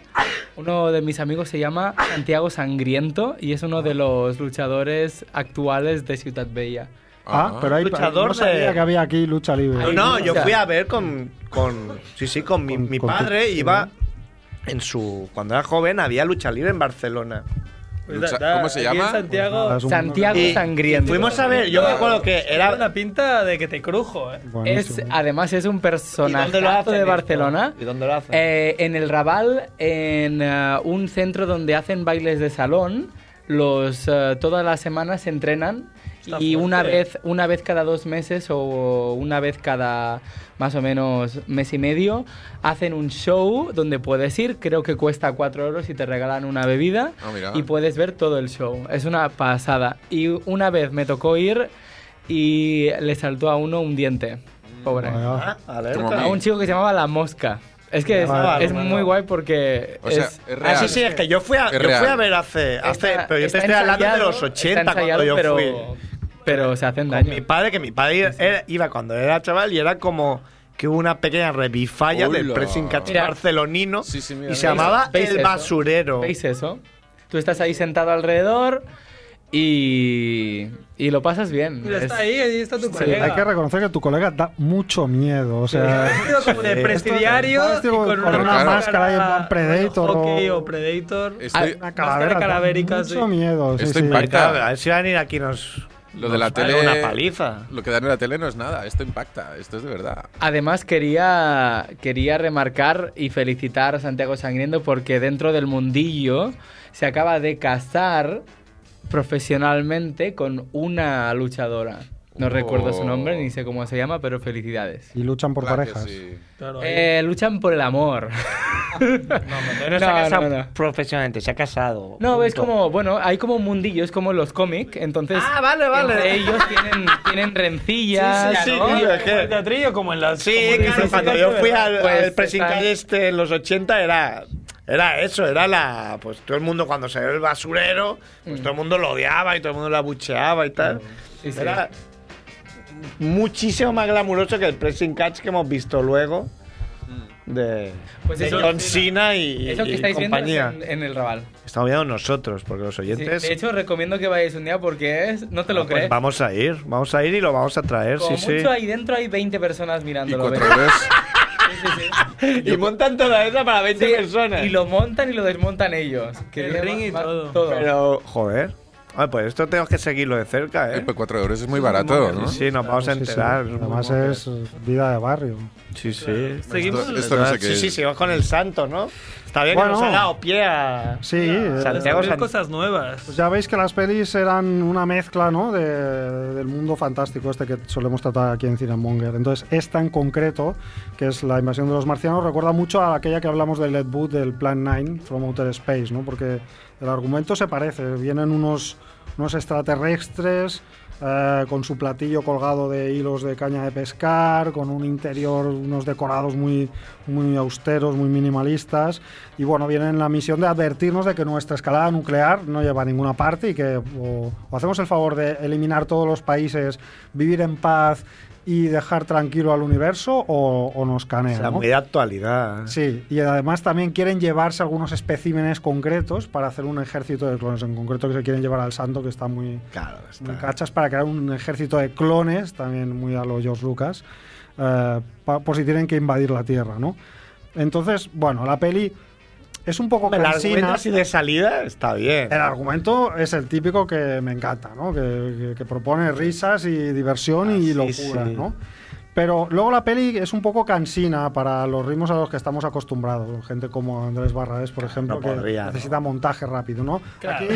S5: uno de mis amigos se llama Santiago Sangriento y es uno de los luchadores actuales de Ciutat Bella.
S8: Ah, pero hay
S3: Luchador
S8: no sabía
S3: de-
S8: que había aquí lucha libre.
S3: No, no, yo
S5: O sea-
S3: fui a ver con, con sí, sí, con mi, mi
S8: con tu-
S3: padre
S8: sí,
S3: iba en su cuando era joven había lucha libre en Barcelona.
S6: Lucha- ¿Cómo se
S2: Pues Aquí en
S6: llama?
S2: Santiago
S8: Pues Es un-
S5: Santiago
S3: Y
S5: Sangriento.
S3: fuimos a ver, yo me acuerdo que
S2: era
S3: era
S2: una pinta de que te crujo, ¿eh?
S5: Es,
S8: Buenísimo.
S5: además es un personaje de Barcelona.
S3: ¿Y dónde lo hacen?
S5: Eh, en el Raval, en eh, un centro donde hacen bailes de salón, los eh, todas las semanas se entrenan
S2: Está
S5: y una
S2: fuerte.
S5: vez una vez cada dos meses o una vez cada más o menos mes y medio hacen un show donde puedes ir. Creo que cuesta cuatro euros y te regalan una bebida
S6: Ah, mira.
S5: y puedes ver todo el show. Es una pasada. Y una vez me tocó ir y le saltó a uno un diente. Pobre.
S8: Vaya.
S3: Ah, alerta. Ah,
S6: Como a
S5: A
S6: mí.
S5: un chico que se llamaba La Mosca. Es que es,
S3: Vale,
S5: es
S3: vale.
S5: muy guay porque
S6: O sea,
S5: es-
S6: es
S3: Ah,
S6: real.
S3: sí, sí, es que yo fui a,
S6: Es
S3: yo
S6: real.
S3: fui a ver hace, hace
S5: está-
S3: pero yo te
S5: está
S3: estoy hablando de
S5: ensayado-
S3: los 80
S5: está
S3: cuando yo
S5: ensayado,
S3: fui.
S5: pero, Pero se hacen
S3: Con
S5: daño.
S3: mi padre, que mi padre era- iba cuando era chaval y era como que hubo una pequeña revifalla del
S6: Hola.
S3: pressing catch
S5: Mira.
S3: barcelonino
S6: Sí, sí, mira,
S3: y se
S6: ¿veis?
S3: llamaba
S5: ¿Veis
S3: El
S5: eso?
S3: Basurero.
S5: ¿Veis eso? Tú estás ahí sentado alrededor y, y lo pasas bien.
S2: Mira,
S5: Es-
S2: está ahí, ahí está tu
S5: Sí,
S2: colega.
S8: Hay que reconocer que tu colega da mucho miedo. O sea,
S2: Vestido como de
S3: Sí.
S2: presidiario
S8: Esto-
S2: y con,
S8: con
S6: una
S8: máscara y en plan Predator
S2: bueno, hockey
S8: o-
S2: o Predator.
S6: Estoy-
S8: una
S2: Máscara
S8: calavera.
S2: calavérica,
S8: da mucho
S2: sí.
S8: miedo. sí,
S6: Estoy
S8: sí.
S6: impactado.
S3: Claro, a ver si van a ir aquí nos.
S6: Lo de la
S3: nos van a dar
S6: tele-
S3: Una paliza.
S6: Lo que dan en la tele no es nada, esto impacta, esto es de verdad.
S5: Además quería, quería remarcar y felicitar a Santiago Sangriento porque dentro del mundillo se acaba de casar profesionalmente con una luchadora. No
S6: Oh.
S5: recuerdo su nombre ni sé cómo se llama, pero felicidades.
S8: Y luchan por
S6: Claro que
S8: parejas.
S6: sí.
S2: Claro, ahí.
S5: Eh, luchan por el amor.
S3: No, se ha
S5: No,
S3: casado
S5: no, no.
S3: profesionalmente, se ha casado.
S5: No, es
S3: Punto.
S5: como, bueno, hay como un mundillo, es como los cómics, entonces
S3: Ah, vale, vale.
S5: entre ellos tienen, tienen rencillas,
S3: Sí,
S5: ¿no?
S3: tío, es que-
S2: Como el teatrillo, como en las.
S3: Sí, claro, cuando yo fui al,
S5: Pues
S3: al pressing
S5: está-
S3: catch este en los 80 era, era eso, era la... Pues todo el mundo cuando salió el basurero, pues todo el mundo lo odiaba y todo el mundo lo abucheaba y tal.
S5: Sí, sí.
S3: Era muchísimo más glamuroso que el pressing catch que hemos visto luego de,
S5: Pues
S3: de
S5: eso-
S3: John Cena y,
S5: Eso
S3: y
S5: que estáis viendo es
S3: compañía.
S5: en, en el Raval.
S3: Estamos viendo nosotros, porque los
S5: Sí,
S3: oyentes...
S5: de hecho, recomiendo que vayáis un día porque es, no te
S3: Ah,
S5: lo
S3: pues
S5: crees.
S3: vamos a ir, vamos a ir y lo vamos a traer,
S5: Como
S3: sí,
S5: mucho
S3: sí.
S5: ahí dentro hay 20 personas
S6: Y
S5: mirándolo.
S6: cuatro
S5: ¿verdad?
S6: euros.
S5: Sí, sí, sí.
S3: Y montan toda esa para 20
S5: Sí,
S3: personas.
S5: Y lo montan y lo desmontan ellos. Que
S2: El
S5: tiene
S2: ring y
S5: más-
S2: todo.
S3: Pero, joder. Ah, pues esto tenemos que seguirlo de cerca,
S6: Eh,
S3: ¿eh?
S6: pues cuatro euros es muy barato, ¿no?
S3: Sí, nos vamos a
S8: Sí, sí.
S3: enterar.
S8: Además es vida de barrio.
S3: Sí, sí.
S2: Seguimos.
S6: Esto- esto no sé qué
S3: Sí,
S6: es.
S3: sí, seguimos con el santo, ¿no? Está bien
S8: Bueno.
S3: que nos ha dado pie a...
S8: Sí, eh,
S3: Santiago
S2: Descubrir
S3: San-
S2: cosas nuevas.
S8: Pues ya veis que las pelis eran una mezcla ¿no? de- del mundo fantástico este que solemos tratar aquí en Cinemonger. Entonces, esta en concreto, que es la invasión de los marcianos, recuerda mucho a aquella que hablamos de Led Wood del Plan 9, From Outer Space, ¿no? porque el argumento se parece. Vienen unos, unos extraterrestres eh, con su platillo colgado de hilos de caña de pescar, con un interior, unos decorados muy, muy austeros, muy minimalistas. Y bueno, vienen la misión de advertirnos de que nuestra escalada nuclear no lleva a ninguna parte y que o, o hacemos el favor de eliminar todos los países, vivir en paz y dejar tranquilo al universo o, o nos
S3: O
S8: canean.
S3: sea,
S8: ¿no?
S3: muy de actualidad. ¿eh?
S8: Sí, y además también quieren llevarse algunos especímenes concretos para hacer un ejército de clones, en concreto que se quieren llevar al santo, que está muy,
S3: Claro,
S8: muy
S3: está.
S8: cachas, para para crear un ejército de clones, también muy a lo George Lucas, eh, pa- por si tienen que invadir la Tierra, ¿no? Entonces, bueno, la peli es un poco
S3: El argumento
S8: cansina.
S3: así de salida está bien.
S8: El argumento es el típico que me encanta, ¿no? Que, que- que propone risas y diversión y locura,
S3: sí.
S8: ¿no? Pero luego la peli es un poco cansina para los ritmos a los que estamos acostumbrados. Gente como Andrés Barrades, por ejemplo,
S3: No
S8: que
S3: podría, ¿no?
S8: necesita montaje rápido, ¿no? Aquí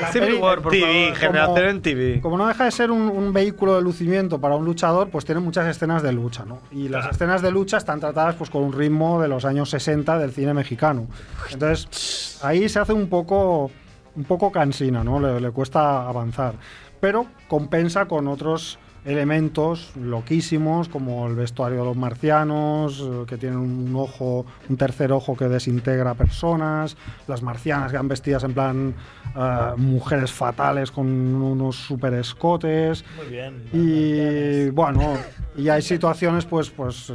S8: la
S3: Civil
S8: peli-
S3: War, por TV,
S8: como-
S3: generación en TV.
S8: Como no deja de ser un, un vehículo de lucimiento para un luchador, pues tiene muchas escenas de lucha, ¿no? Y las escenas de lucha están tratadas pues con un ritmo de los años 60 del cine mexicano. Entonces, ahí se hace un poco un poco cansina, ¿no? Le, le cuesta avanzar, pero compensa con otros elementos loquísimos como el vestuario de los marcianos eh, que tienen un ojo un tercer ojo que desintegra personas las marcianas que han vestidas en plan eh, mujeres fatales con unos super escotes
S2: Muy bien.
S8: y bueno, y hay situaciones pues, pues eh,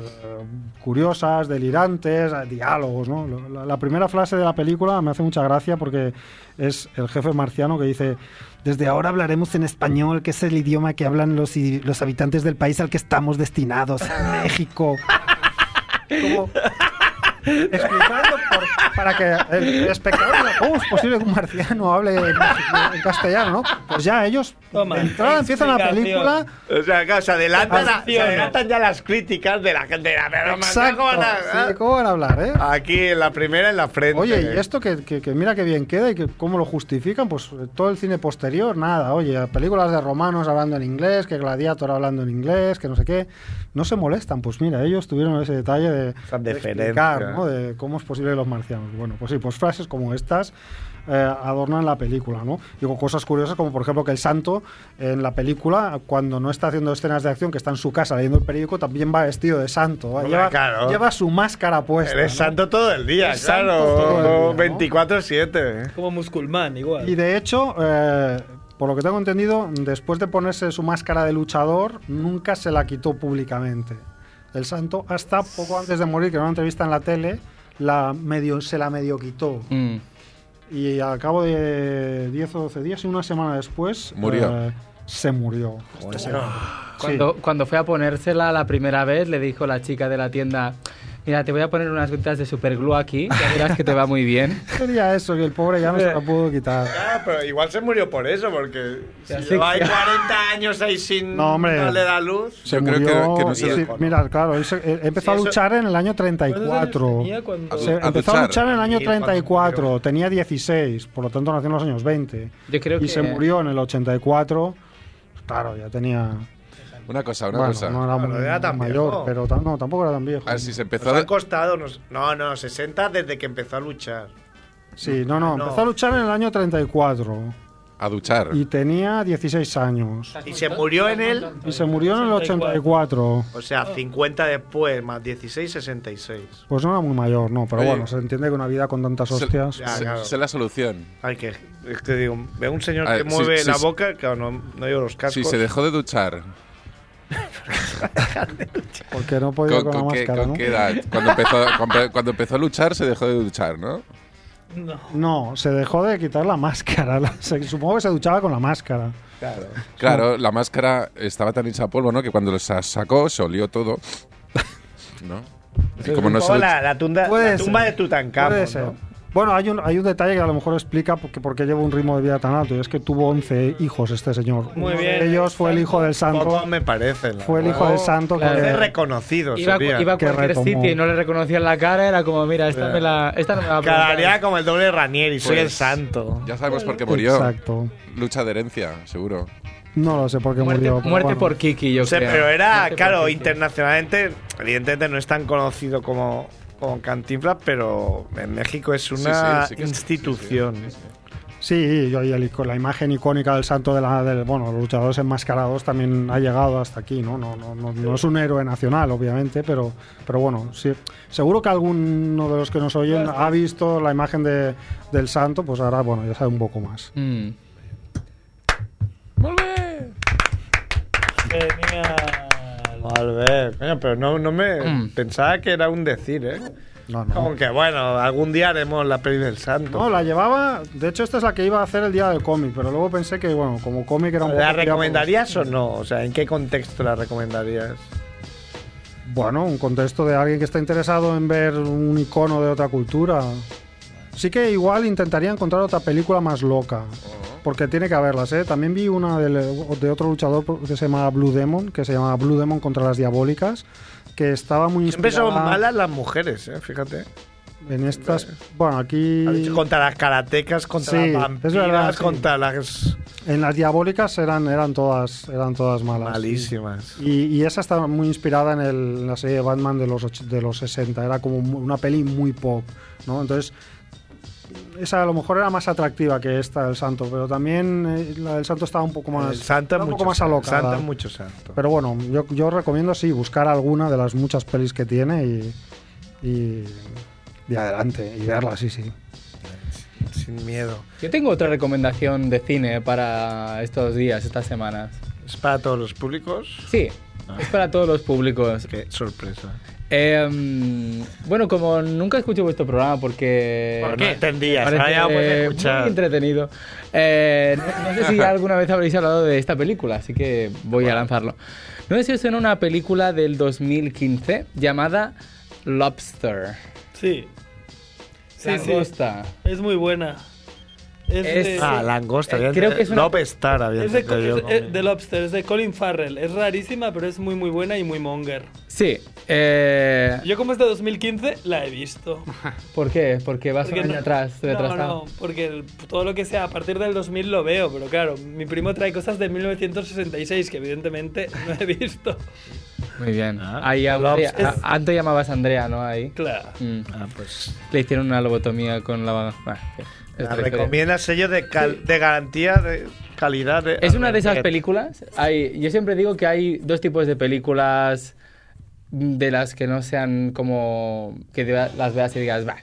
S8: curiosas, delirantes, eh, diálogos, ¿no? Lo- La, la primera frase de la película me hace mucha gracia porque es el jefe marciano que dice, desde ahora hablaremos en español, que es el idioma que hablan los, i- los habitantes del país al que estamos destinados, a México. Como- explicando por- para que el espectador diga, ¿cómo es posible que un marciano hable en, en castellano, no? Pues ya ellos
S2: Toma,
S8: de entrada empiezan la
S2: explicación.
S8: película
S3: O sea, claro, se, adelantan a- se
S2: Acciones.
S3: adelantan ya las críticas de la gente. La, pero
S8: Exacto.
S3: ¿cómo van a-
S8: sí, ¿Cómo van a hablar, eh?
S3: Aquí, en la primera en la frente.
S8: Oye, y esto que, que- que mira qué bien queda y que cómo lo justifican, pues eh, todo el cine posterior, nada. Oye, películas de romanos hablando en inglés, que Gladiator hablando en inglés, que no sé qué. No se molestan, pues mira, ellos tuvieron ese detalle de,
S3: Esa
S8: de
S3: deferencia.
S8: explicar, ¿no? De cómo es posible que los marcianos. Bueno, pues sí, pues frases como estas eh, adornan la película, ¿no? Digo, cosas curiosas como, por ejemplo, que el santo en la película, cuando no está haciendo escenas de acción, que está en su casa leyendo el periódico, también va vestido de santo. ¿va?
S3: Hombre,
S8: lleva,
S3: claro.
S8: lleva su máscara puesta.
S3: Eres
S8: ¿no?
S3: santo todo el día,
S2: Eres santo
S3: claro. ¿eh?
S8: todo el día, ¿no?
S3: 24-7.
S2: Como musulmán, igual.
S8: Y de hecho, eh, por lo que tengo entendido, después de ponerse su máscara de luchador, nunca se la quitó públicamente. El santo, hasta poco antes de morir, que en una entrevista en la tele, la medio, se la medio quitó.
S5: Mm.
S8: Y al cabo de 10 o 12 días y una semana después...
S6: Murió.
S8: eh, se murió. Este señor.
S5: Cuando, cuando fue a ponérsela la primera vez, le dijo la chica de la tienda, mira, te voy a poner unas gotitas de superglue aquí, ya verás que te va muy bien.
S8: Sí. Sería eso, que el pobre ya no se la pudo quitar.
S3: Ah, pero igual se murió por eso, porque si
S5: Sí,
S3: lleva ahí
S5: sí.
S3: 40 años ahí sin
S8: No, hombre.
S3: darle la luz.
S6: Yo creo que-
S8: murió-
S6: que, no
S8: sí,
S6: se le-
S8: Mira, claro, él se- él empezó
S3: Sí,
S8: a
S3: eso-
S8: luchar en el año
S2: ¿Cuántos años
S8: 34.
S2: tenía cuando-
S8: Se
S6: A
S8: empezó a
S6: duchar.
S8: luchar en el año
S3: Sí, cuando
S8: 34, tenía 16, por lo tanto nació en los años 20.
S5: Yo creo
S8: y
S5: que...
S8: se murió en el 84. Claro, ya tenía.
S6: Una cosa, una
S8: bueno,
S6: cosa.
S8: no era,
S3: Claro,
S8: muy,
S3: no era tan
S8: mayor,
S3: viejo.
S8: pero tam- no, tampoco era tan viejo.
S6: A ver si se
S3: Nos
S6: empezó
S3: ha
S6: a...
S3: costado. unos- No, no, 60 desde que empezó a luchar.
S8: Sí, no, no,
S3: Ah, No.
S8: empezó a luchar en el año 34
S6: a duchar.
S8: y tenía 16 años.
S3: Y se murió en él,
S8: Y se murió en el 84.
S3: o sea, 50 después, más 16, 66.
S8: Pues no era muy mayor, no, pero
S6: Oye.
S8: bueno, se entiende que una vida con tantas
S6: Se-
S8: hostias. pues,
S3: Ya,
S6: Se-
S3: claro.
S6: Sé la solución.
S3: Ay, que es que digo, veo un señor
S6: A ver,
S3: que
S6: si-
S3: mueve
S6: si-
S3: la
S6: si-
S3: boca, claro, no, no llevo los cascos.
S6: Si se dejó de duchar,
S8: Porque no podía
S6: ¿con,
S8: con, la
S6: con qué,
S8: máscara,
S6: con
S8: ¿no?
S6: qué edad? Cuando empezó, con- cuando empezó a luchar, se dejó de duchar, ¿no?
S8: No, se dejó de quitar la máscara. la- se- supongo que se duchaba con la máscara.
S3: Claro.
S6: Claro, la máscara estaba tan hecha polvo, ¿no? Que cuando lo sa- sacó, se olió todo. ¿No? Y como no se ducha-
S3: Como la, la tunda-
S8: Puede
S3: la tumba
S8: ser.
S3: de Tutankamón.
S8: Puede
S3: ¿no?
S8: ser. Bueno, hay un, hay un detalle que a lo mejor explica por qué, por qué lleva un ritmo de vida tan alto, y es que tuvo 11 hijos este señor.
S2: Muy
S8: Uno
S2: bien,
S8: de ellos fue el hijo del santo.
S3: Poco me parece. la
S8: Fue el
S3: verdad.
S8: hijo del santo
S5: claro.
S3: Ser
S8: que,
S3: reconocido,
S5: Iba, a cu-
S3: sería.
S5: iba a
S8: que
S5: cualquier
S8: retomó.
S5: sitio y no le reconocían la cara, era como, mira, esta, me la, esta no me va a
S3: Calaría
S5: preguntar".
S3: como el doble Ranieri, soy
S6: Pues-
S3: el santo.
S6: Ya sabemos por qué murió.
S8: Exacto.
S6: Lucha de herencia, seguro.
S8: No lo sé por qué
S5: Muerte,
S8: murió. pero
S5: muerte
S8: bueno.
S5: por Kiki, yo
S3: O sea,
S5: creo.
S3: pero era,
S5: Muerte por
S3: claro,
S5: Kiki.
S3: internacionalmente, evidentemente no es tan conocido como, como Cantinflas, pero en México es
S6: Sí,
S3: una
S6: sí, sí que es-
S3: institución.
S6: sí, sí, sí, sí.
S8: Sí, y, y el- con la imagen icónica del santo de la, del, bueno, los luchadores enmascarados también ha llegado hasta aquí, ¿no? No, no, no, no es un héroe nacional, obviamente, pero, pero bueno, sí. Seguro que alguno de los que nos oyen ha visto la imagen de, del santo, pues ahora, bueno, ya sabe un poco más.
S5: Mm.
S2: Genial.
S3: Vale, coño, pero no, no me
S5: Mm.
S3: Mm. pensaba que era un decir, ¿eh? Aunque bueno, algún día haremos la peli del santo.
S8: No, la llevaba. De hecho, esta es la que iba a hacer el día del cómic, pero luego pensé que, bueno, como cómic era un poco.
S3: ¿La
S8: tirado por los-
S3: recomendarías o no? O sea, ¿en qué contexto la recomendarías?
S8: Bueno, un contexto de alguien que está interesado en ver un icono de otra cultura. Sí que igual intentaría encontrar otra película más loca. Porque tiene que haberlas, ¿eh? También vi una del- de, otro luchador que se llama Blue Demon, que se llama Blue Demon contra las diabólicas, que estaba muy
S3: Siempre
S8: inspirada
S3: son malas las mujeres, ¿eh? fíjate.
S8: en estas... Bueno, aquí...
S3: Ha dicho contra las karatecas, contra
S8: Sí,
S3: las
S8: es
S3: vampiras,
S8: verdad, sí.
S3: contra las...
S8: En las diabólicas eran, eran, todas, eran todas malas.
S3: Malísimas.
S8: Y, y esa está muy inspirada en, el- en la serie de Batman de los, och- de los 60. Era como mu- una peli muy pop, ¿no? Entonces, esa a lo mejor era más atractiva que esta del Santo, pero también eh, la del Santo estaba un poco más,
S3: el santo es
S8: era un
S3: mucho
S8: poco más
S3: santo,
S8: alocada.
S3: santo es mucho santo.
S8: Pero bueno, yo, yo recomiendo sí buscar alguna de las muchas pelis que tiene y, y, y adelante, y verla, sí, sí.
S3: Sin miedo.
S5: Yo tengo otra recomendación de cine para estos días, estas semanas.
S3: ¿Es para todos los públicos? Ah.
S5: Sí, es para todos los públicos.
S3: Qué sorpresa.
S5: Em, bueno, como nunca escucho vuestro programa porque...
S3: Bueno, no entendías,
S5: Parece,
S3: ahora ya lo puedes
S5: eh,
S3: escuchar.
S5: muy entretenido. Eh, no, no sé si alguna vez habréis hablado de esta película, así que voy a lanzarlo. No sé si os suena una película del 2015 llamada Lobster.
S2: Sí. Sí, sí.
S5: Langosta.
S2: Es muy buena. Es,
S5: Es-
S2: de,
S3: Ah, langosta.
S5: Eh,
S3: ya
S5: creo que es una-
S3: Love Star había
S2: es de-
S3: entendido yo
S2: es de-
S3: con-
S2: de Lobster, es de Colin Farrell. Es rarísima, pero es muy, muy buena y muy monger.
S5: Sí. eh,
S2: Yo como es de 2015, la he visto.
S5: ¿Por qué? Porque vas un
S2: Porque
S5: año
S2: no-
S5: atrás,
S2: No,
S5: retrasado.
S2: no, porque el- todo lo que sea a partir del 2000 lo veo, pero claro, mi primo trae cosas de 1966 que evidentemente no he visto.
S5: Muy bien.
S3: Ah,
S5: Ahí a-
S3: Lobster.
S5: a- antes llamabas a Andrea, ¿no? Ahí.
S2: Claro.
S5: Mm.
S3: Ah, pues...
S5: Le hicieron una lobotomía con la... Bueno, bien. Es
S3: La
S5: otra historia.
S3: recomiendas sello de, cal- de garantía de calidad. de-
S5: Es una de esas
S3: Eh,
S5: películas. Hay, yo siempre digo que hay dos tipos de películas de las que no sean como que te- las veas y digas, va.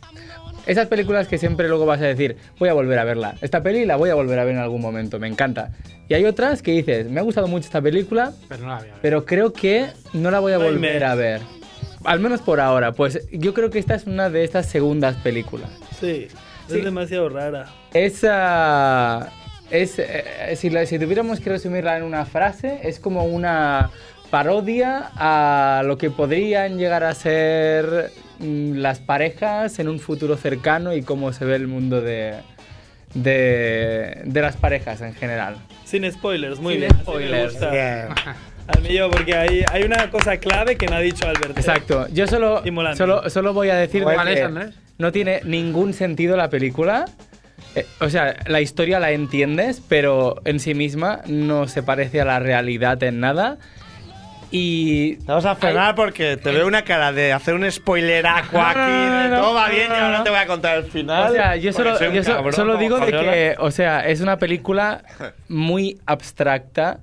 S5: Esas películas que siempre luego vas a decir, voy a volver a verla. Esta peli la voy a volver a ver en algún momento, me encanta. Y hay otras que dices, me ha gustado mucho esta película,
S4: Pero no la había.
S5: pero creo que no la voy a
S2: No hay
S5: volver
S2: más.
S5: a ver. Al menos por ahora, pues yo creo que esta es una de estas segundas películas.
S2: Sí, es
S5: Sí.
S2: demasiado rara.
S5: Esa. Es, eh, si, la- si tuviéramos que resumirla en una frase, es como una parodia a lo que podrían llegar a ser mm, las parejas en un futuro cercano y cómo se ve el mundo de, de, de las parejas en general.
S2: Sin spoilers, muy
S5: Sin
S2: bien. así me
S5: spoilers.
S2: gusta.
S3: Bien.
S2: Al mío, porque hay, hay una cosa clave que me ha dicho Albert.
S5: Exacto. Yo solo,
S2: Y molando.
S5: solo, solo voy a decir
S4: ¿Cuál
S5: que
S4: es,
S2: ¿eh?
S4: Andrés?
S5: no tiene ningún sentido la película. Eh, o sea, la historia la entiendes, pero en sí misma no se parece a la realidad en nada. Y...
S3: Te vas a frenar porque te veo una cara de hacer un spoileraco
S5: No,
S3: aquí.
S5: no, no,
S3: de
S5: no,
S3: todo va
S5: no,
S3: bien
S5: no,
S3: y ahora
S5: no.
S3: te voy a contar el final.
S5: O sea, yo
S3: porque
S5: solo,
S3: soy un
S5: yo so-
S3: cabrón
S5: solo
S3: como
S5: digo de
S3: Fabiola.
S5: que, o sea, es una película muy abstracta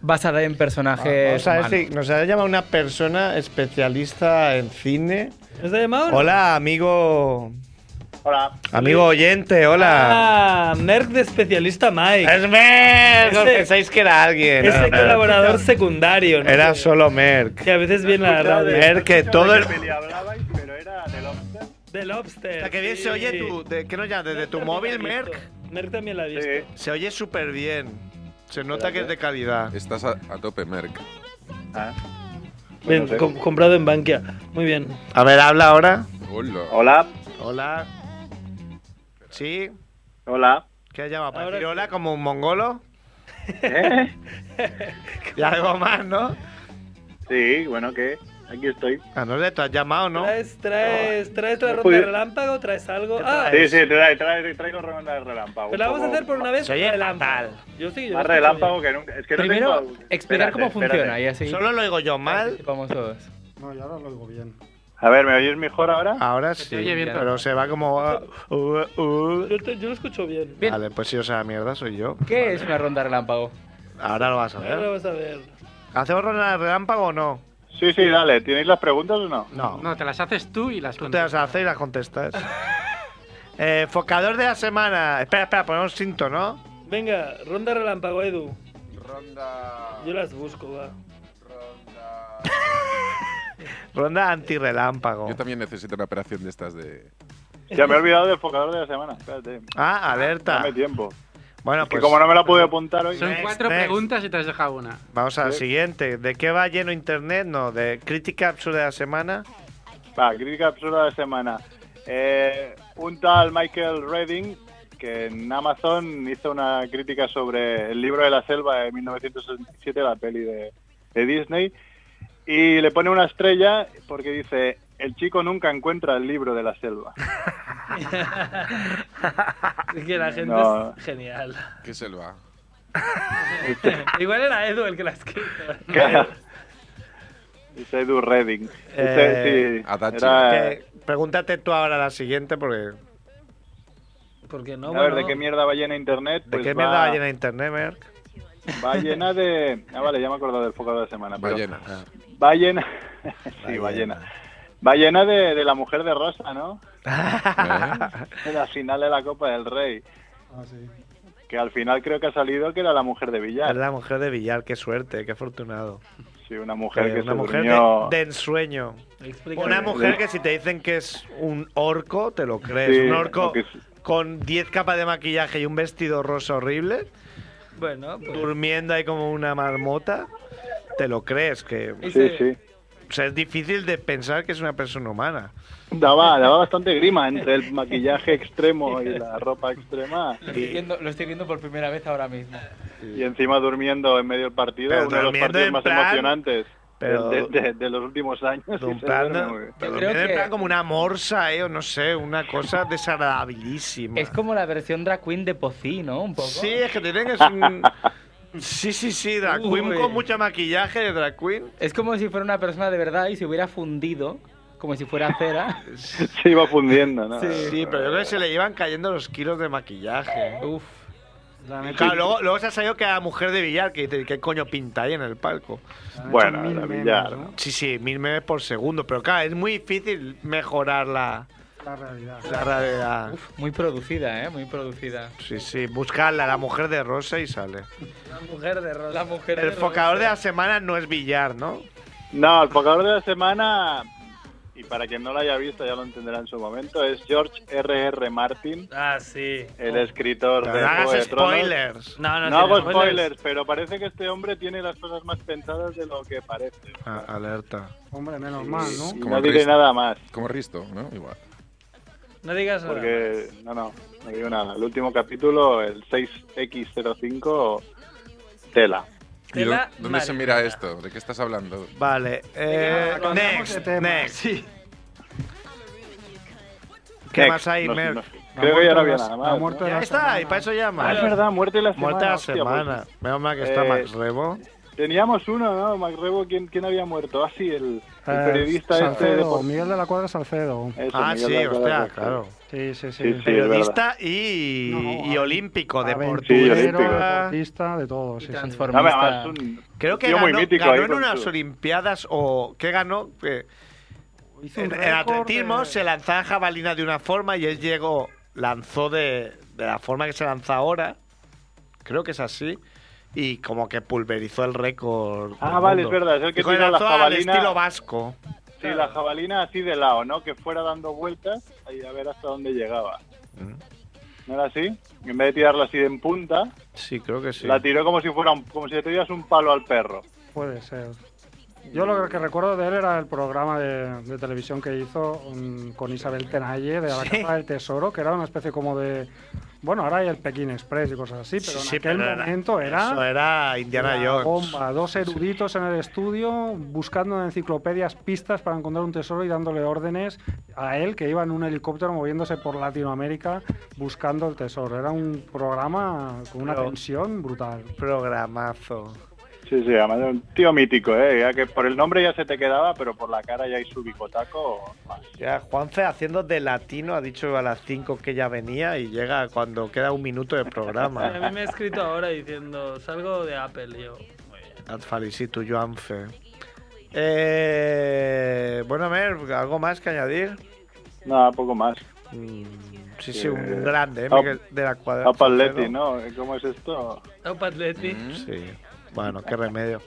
S5: basada en
S3: Ah,
S5: personajes.
S3: Vamos a ver
S5: humanos.
S3: si nos ha llamado una persona especialista en cine.
S2: ¿Nos ha llamado?
S3: Hola, amigo.
S11: Hola.
S3: Amigo oyente, hola.
S2: Ah, Merck de especialista Mike.
S3: ¡Es Merck! Os
S2: Ese-
S3: pensáis que era alguien.
S2: Ese
S3: Era Merck.
S2: colaborador secundario, ¿no?
S3: Era
S2: Que-
S3: solo Merck.
S2: Que a veces viene a la radio.
S3: Merck, que todo el...
S11: hablabais, pero era de Lobster.
S2: De Lobster.
S3: Que bien se
S2: sí.
S3: oye tu... de- ¿Qué nos llamas? ¿Desde tu
S2: Merck
S3: móvil,
S2: también la ha
S3: Merck?
S2: visto. Merck también la ha visto.
S11: Sí.
S3: Se oye súper bien. Se nota que es de calidad.
S6: Estás a, a tope, Merck.
S11: Ah. Bueno,
S2: Bien,
S11: sí.
S2: com- comprado en Bankia. Muy bien.
S3: A ver, habla ahora.
S6: Hola.
S11: Hola.
S3: Hola. ¿Sí?
S11: Hola.
S3: ¿Qué llama? ¿Para
S2: Ahora
S3: decir
S2: sí.
S3: hola como un mongolo?
S11: ¿Eh?
S3: Y algo más, ¿no?
S11: Sí, bueno, ¿qué? Aquí estoy.
S3: Ah, no sé, tú has llamado, ¿no?
S2: ¿Traes, traes, traes la
S11: No
S2: Pues, ronda
S11: pude-
S2: de relámpago? ¿Traes algo? Ah,
S11: Sí, sí, trae, trae, traigo ronda de relámpago.
S2: pero la vamos a hacer por una vez.
S3: Se oye
S2: relámpago.
S3: fatal.
S2: Yo sí, yo
S11: Más
S2: lo escucho
S11: relámpago
S2: bien.
S11: que nunca. Es que no
S5: Primero,
S11: tengo-
S5: explicar
S11: Espérate,
S5: cómo
S11: espérate.
S5: funciona y así
S3: Solo lo digo yo mal.
S5: participamos todos.
S8: No, y ahora lo oigo bien.
S11: A ver, ¿me oyes mejor ahora?
S3: Ahora sí,
S4: oye bien,
S3: pero se va como... ah, uh, uh.
S2: Yo, te- yo lo escucho bien.
S5: Bien.
S3: Vale, pues si os sea mierda soy yo.
S5: ¿Qué es una ronda relámpago?
S3: Ahora lo vas a
S2: Ahora
S3: ver.
S2: vas a ver.
S3: ¿Hacemos ronda de relámpago o no?
S11: Sí, sí, dale. ¿Tenéis las preguntas o no?
S3: No.
S4: No, te las haces tú y las
S3: Tú te las haces y las contestas. eh, focador de la semana. Espera, espera, ponemos cinto, ¿no?
S2: Venga, ronda relámpago, Edu.
S6: Ronda.
S2: Yo las busco, va.
S6: Ronda.
S3: Ronda antirrelámpago.
S6: Yo también necesito una operación de estas de...
S11: Ya me he olvidado del focador de la semana. Espérate.
S3: Ah, alerta.
S11: Dame tiempo.
S3: Bueno,
S11: Que
S3: pues.
S11: como no me la pude apuntar hoy.
S4: Son cuatro preguntas y te has dejado una.
S3: Vamos al
S4: Sí.
S3: siguiente. ¿De qué va lleno internet? No, de crítica absurda de la semana.
S11: Va, crítica absurda de semana. Eh, un tal Michael Redding, que en Amazon hizo una crítica sobre el libro de la selva de 1967, la peli de, de Disney, y le pone una estrella porque dice, el chico nunca encuentra el libro de la selva.
S2: Es que la gente
S11: No.
S2: es genial.
S6: ¿Qué selva?
S2: Igual era Edu el que la ha escrito.
S11: Claro. Dice Edu Redding. Dice,
S3: Eh,
S11: Este, sí, era-
S3: Que- Pregúntate tú ahora la siguiente porque.
S2: Porque no,
S11: A ver,
S2: bueno,
S11: ¿de qué mierda va llena Internet?
S3: ¿De
S11: Pues
S3: qué
S11: va-
S3: mierda va llena internet, Merck?
S11: Va llena de... Ah, vale, ya me he acordado del foco de la semana. pero-
S6: Ballena.
S11: Va llena. sí, va llena. Va llena de, de la mujer de Rosa, ¿no?
S3: Eh.
S11: De la final de la Copa del Rey. Que al final creo que ha salido que era la mujer de Villar.
S3: Es la mujer de Villar, qué suerte, qué afortunado.
S11: Sí, una mujer
S3: Eh,
S11: que
S3: una
S11: se
S3: mujer
S11: durmió-
S3: de, de ensueño.
S2: Explícame.
S3: Una mujer que si te dicen que es un orco, te lo crees.
S11: Sí,
S3: un orco
S11: aunque es-
S3: con 10 capas de maquillaje y un vestido rosa horrible,
S2: Bueno, pues,
S3: durmiendo ahí como una marmota, te lo crees. Que...
S11: Sí, sí.
S3: O sea, es difícil de pensar que es una persona humana.
S11: Daba, daba bastante grima entre el maquillaje extremo y la ropa extrema.
S5: Lo estoy
S11: Y,
S5: viendo, lo estoy viendo por primera vez ahora mismo.
S11: y encima durmiendo en medio del partido,
S3: Pero
S11: uno de los
S3: durmiendo
S11: partidos
S3: en
S11: más
S3: plan-
S11: emocionantes
S3: pero-
S11: de, de- de los últimos años. y se duerme muy bien.
S3: Pero
S5: creo
S3: en
S5: que-
S3: plan como una morsa, ¿eh? O no sé, una cosa desagradabilísima.
S5: Es como la versión drag queen de Pocí, ¿no? Un poco.
S3: Sí, es que te tengas un... Sí, sí, sí, drag queen
S5: Uy.
S3: con mucho maquillaje de drag queen.
S5: Es como si fuera una persona de verdad y se hubiera fundido, como si fuera cera.
S11: Se iba fundiendo, ¿no?
S3: Sí, pero yo creo que se le iban cayendo los kilos de maquillaje.
S5: Uf.
S3: Claro, luego, luego se ha salido que a la mujer de Villar, que dice, ¿qué coño pinta ahí en el palco?
S11: Bueno, la Villar. ¿no?
S3: Sí, sí, mil memes por segundo, pero claro, es muy difícil mejorar la,
S8: La realidad.
S3: la realidad.
S5: Muy producida, ¿eh? Muy producida.
S3: Sí, sí, buscarla, la mujer de Rosa y sale.
S2: la mujer de Rosa.
S5: La mujer
S3: El focador de la semana no es Villar, ¿no?
S11: No, el focador de la semana, y para quien no lo haya visto ya lo entenderá en su momento, es George R.R. Martin,
S2: Ah, sí.
S11: el escritor
S3: No
S11: de Juego de
S3: hagas
S11: Tronos.
S3: spoilers.
S2: No,
S11: No,
S2: no, sí,
S11: hago
S2: no,
S11: spoilers, pero parece que este hombre tiene las cosas más pensadas de lo que parece.
S3: Ah, alerta.
S8: Hombre, menos mal, ¿no?
S11: Y
S6: Como
S11: no diré
S6: Cristo.
S11: nada más,
S6: Como Risto, ¿no? Igual.
S2: No digas nada.
S11: porque no, no, no digo nada. El último capítulo, el 6X05, tela.
S6: ¿Y
S2: Tela
S6: dó- dónde se
S2: marinera.
S6: mira esto? ¿De qué estás hablando?
S3: Vale, eh,
S8: Venga, cambiamos de
S3: next,
S8: tema.
S3: next. ¿Qué
S11: Next,
S3: más hay,
S11: no sé,
S3: Merck?
S11: no sé. Creo que ya no había nada
S8: La
S11: más.
S8: muerte
S11: ¿no?
S8: de
S3: Ya
S8: la
S3: está, y para eso llama.
S11: Ah, es verdad, muerte de la semana.
S3: Muerte de la
S11: hostia, pues,
S3: semana. Menos mal que está
S11: Eh,
S3: Max Rebo.
S11: Teníamos uno, ¿no? Macrebo, ¿quién, ¿quién había muerto? Ah, sí, el, el
S8: Eh,
S11: periodista este de
S8: Salcedo,
S11: por-
S8: Miguel de la Cuadra Salcedo.
S11: Eso,
S3: Ah,
S11: Miguel
S3: sí,
S11: Lago de la
S3: hostia,
S11: Costa.
S3: claro.
S8: Sí, sí, sí.
S11: Sí, sí,
S3: Periodista y,
S8: No,
S3: y
S8: a-
S3: olímpico,
S8: Aventurero,
S3: deportura.
S8: deportista, de todo. Sí,
S5: Y
S8: sí.
S11: No,
S5: transformista.
S11: además, un
S3: Creo que
S11: tío muy
S3: ganó,
S11: mítico
S3: ganó
S11: ahí
S3: en
S11: con
S3: unas
S11: su-
S3: Olimpiadas o. ¿Qué ganó? Que
S8: Hizo un
S3: en, en
S8: récord
S3: atletismo
S8: de-
S3: se lanzaba jabalina de una forma y él llegó, lanzó de, de la forma que se lanza ahora. Creo que es así. Y como que pulverizó el récord.
S11: Ah,
S3: del
S11: vale,
S3: mundo.
S11: es verdad, es el que
S3: Dijo,
S11: tira la
S3: lanzó al
S11: jabalina.
S3: estilo vasco.
S11: Sí, la jabalina así de lado, ¿no? Que fuera dando vueltas y a ver hasta dónde llegaba.
S3: Mm.
S11: ¿No era así? En vez de tirarla así de en punta,
S3: Sí, creo que sí.
S11: la tiró como si fuera un, como si le tiras un palo al perro.
S8: Puede ser. Yo lo que recuerdo de él era el programa de, de televisión que hizo mm, con Isabel Tenalle de la Casa del Tesoro, que era una especie como de... Bueno, ahora hay el Pekín Express y cosas así, pero
S3: Sí, sí,
S8: en aquel
S3: pero era-
S8: momento era...
S3: Eso era Indiana
S8: la
S3: Jones.
S8: bomba, dos eruditos en el estudio buscando en enciclopedias pistas para encontrar un tesoro y dándole órdenes a él que iba en un helicóptero moviéndose por Latinoamérica buscando el tesoro. Era un programa con una
S3: Pero-
S8: tensión brutal.
S3: Programazo.
S11: Sí, sí, además era un tío mítico, ¿eh? Ya que por el nombre ya se te quedaba, pero por la cara ya hay su bicotaco. más.
S3: Ya, Juanfe haciendo de latino ha dicho a las 5 que ya venía y llega cuando queda un minuto de
S2: A mí
S3: programa.
S2: me ha escrito ahora diciendo, salgo de Apple. y yo, muy bien.
S3: Adfalicito, Joanfe. Eh, bueno, Mer, ¿algo más que añadir?
S11: Nada, poco más.
S3: Mm,
S11: Sí.
S3: sí, sí, un grande, ¿eh?
S11: Ah,
S3: Miguel de la cuadra.
S11: Papa Atleti, ¿no? ¿Cómo es esto? Mm.
S2: Aupa Atleti.
S3: Sí, bueno, qué remedio.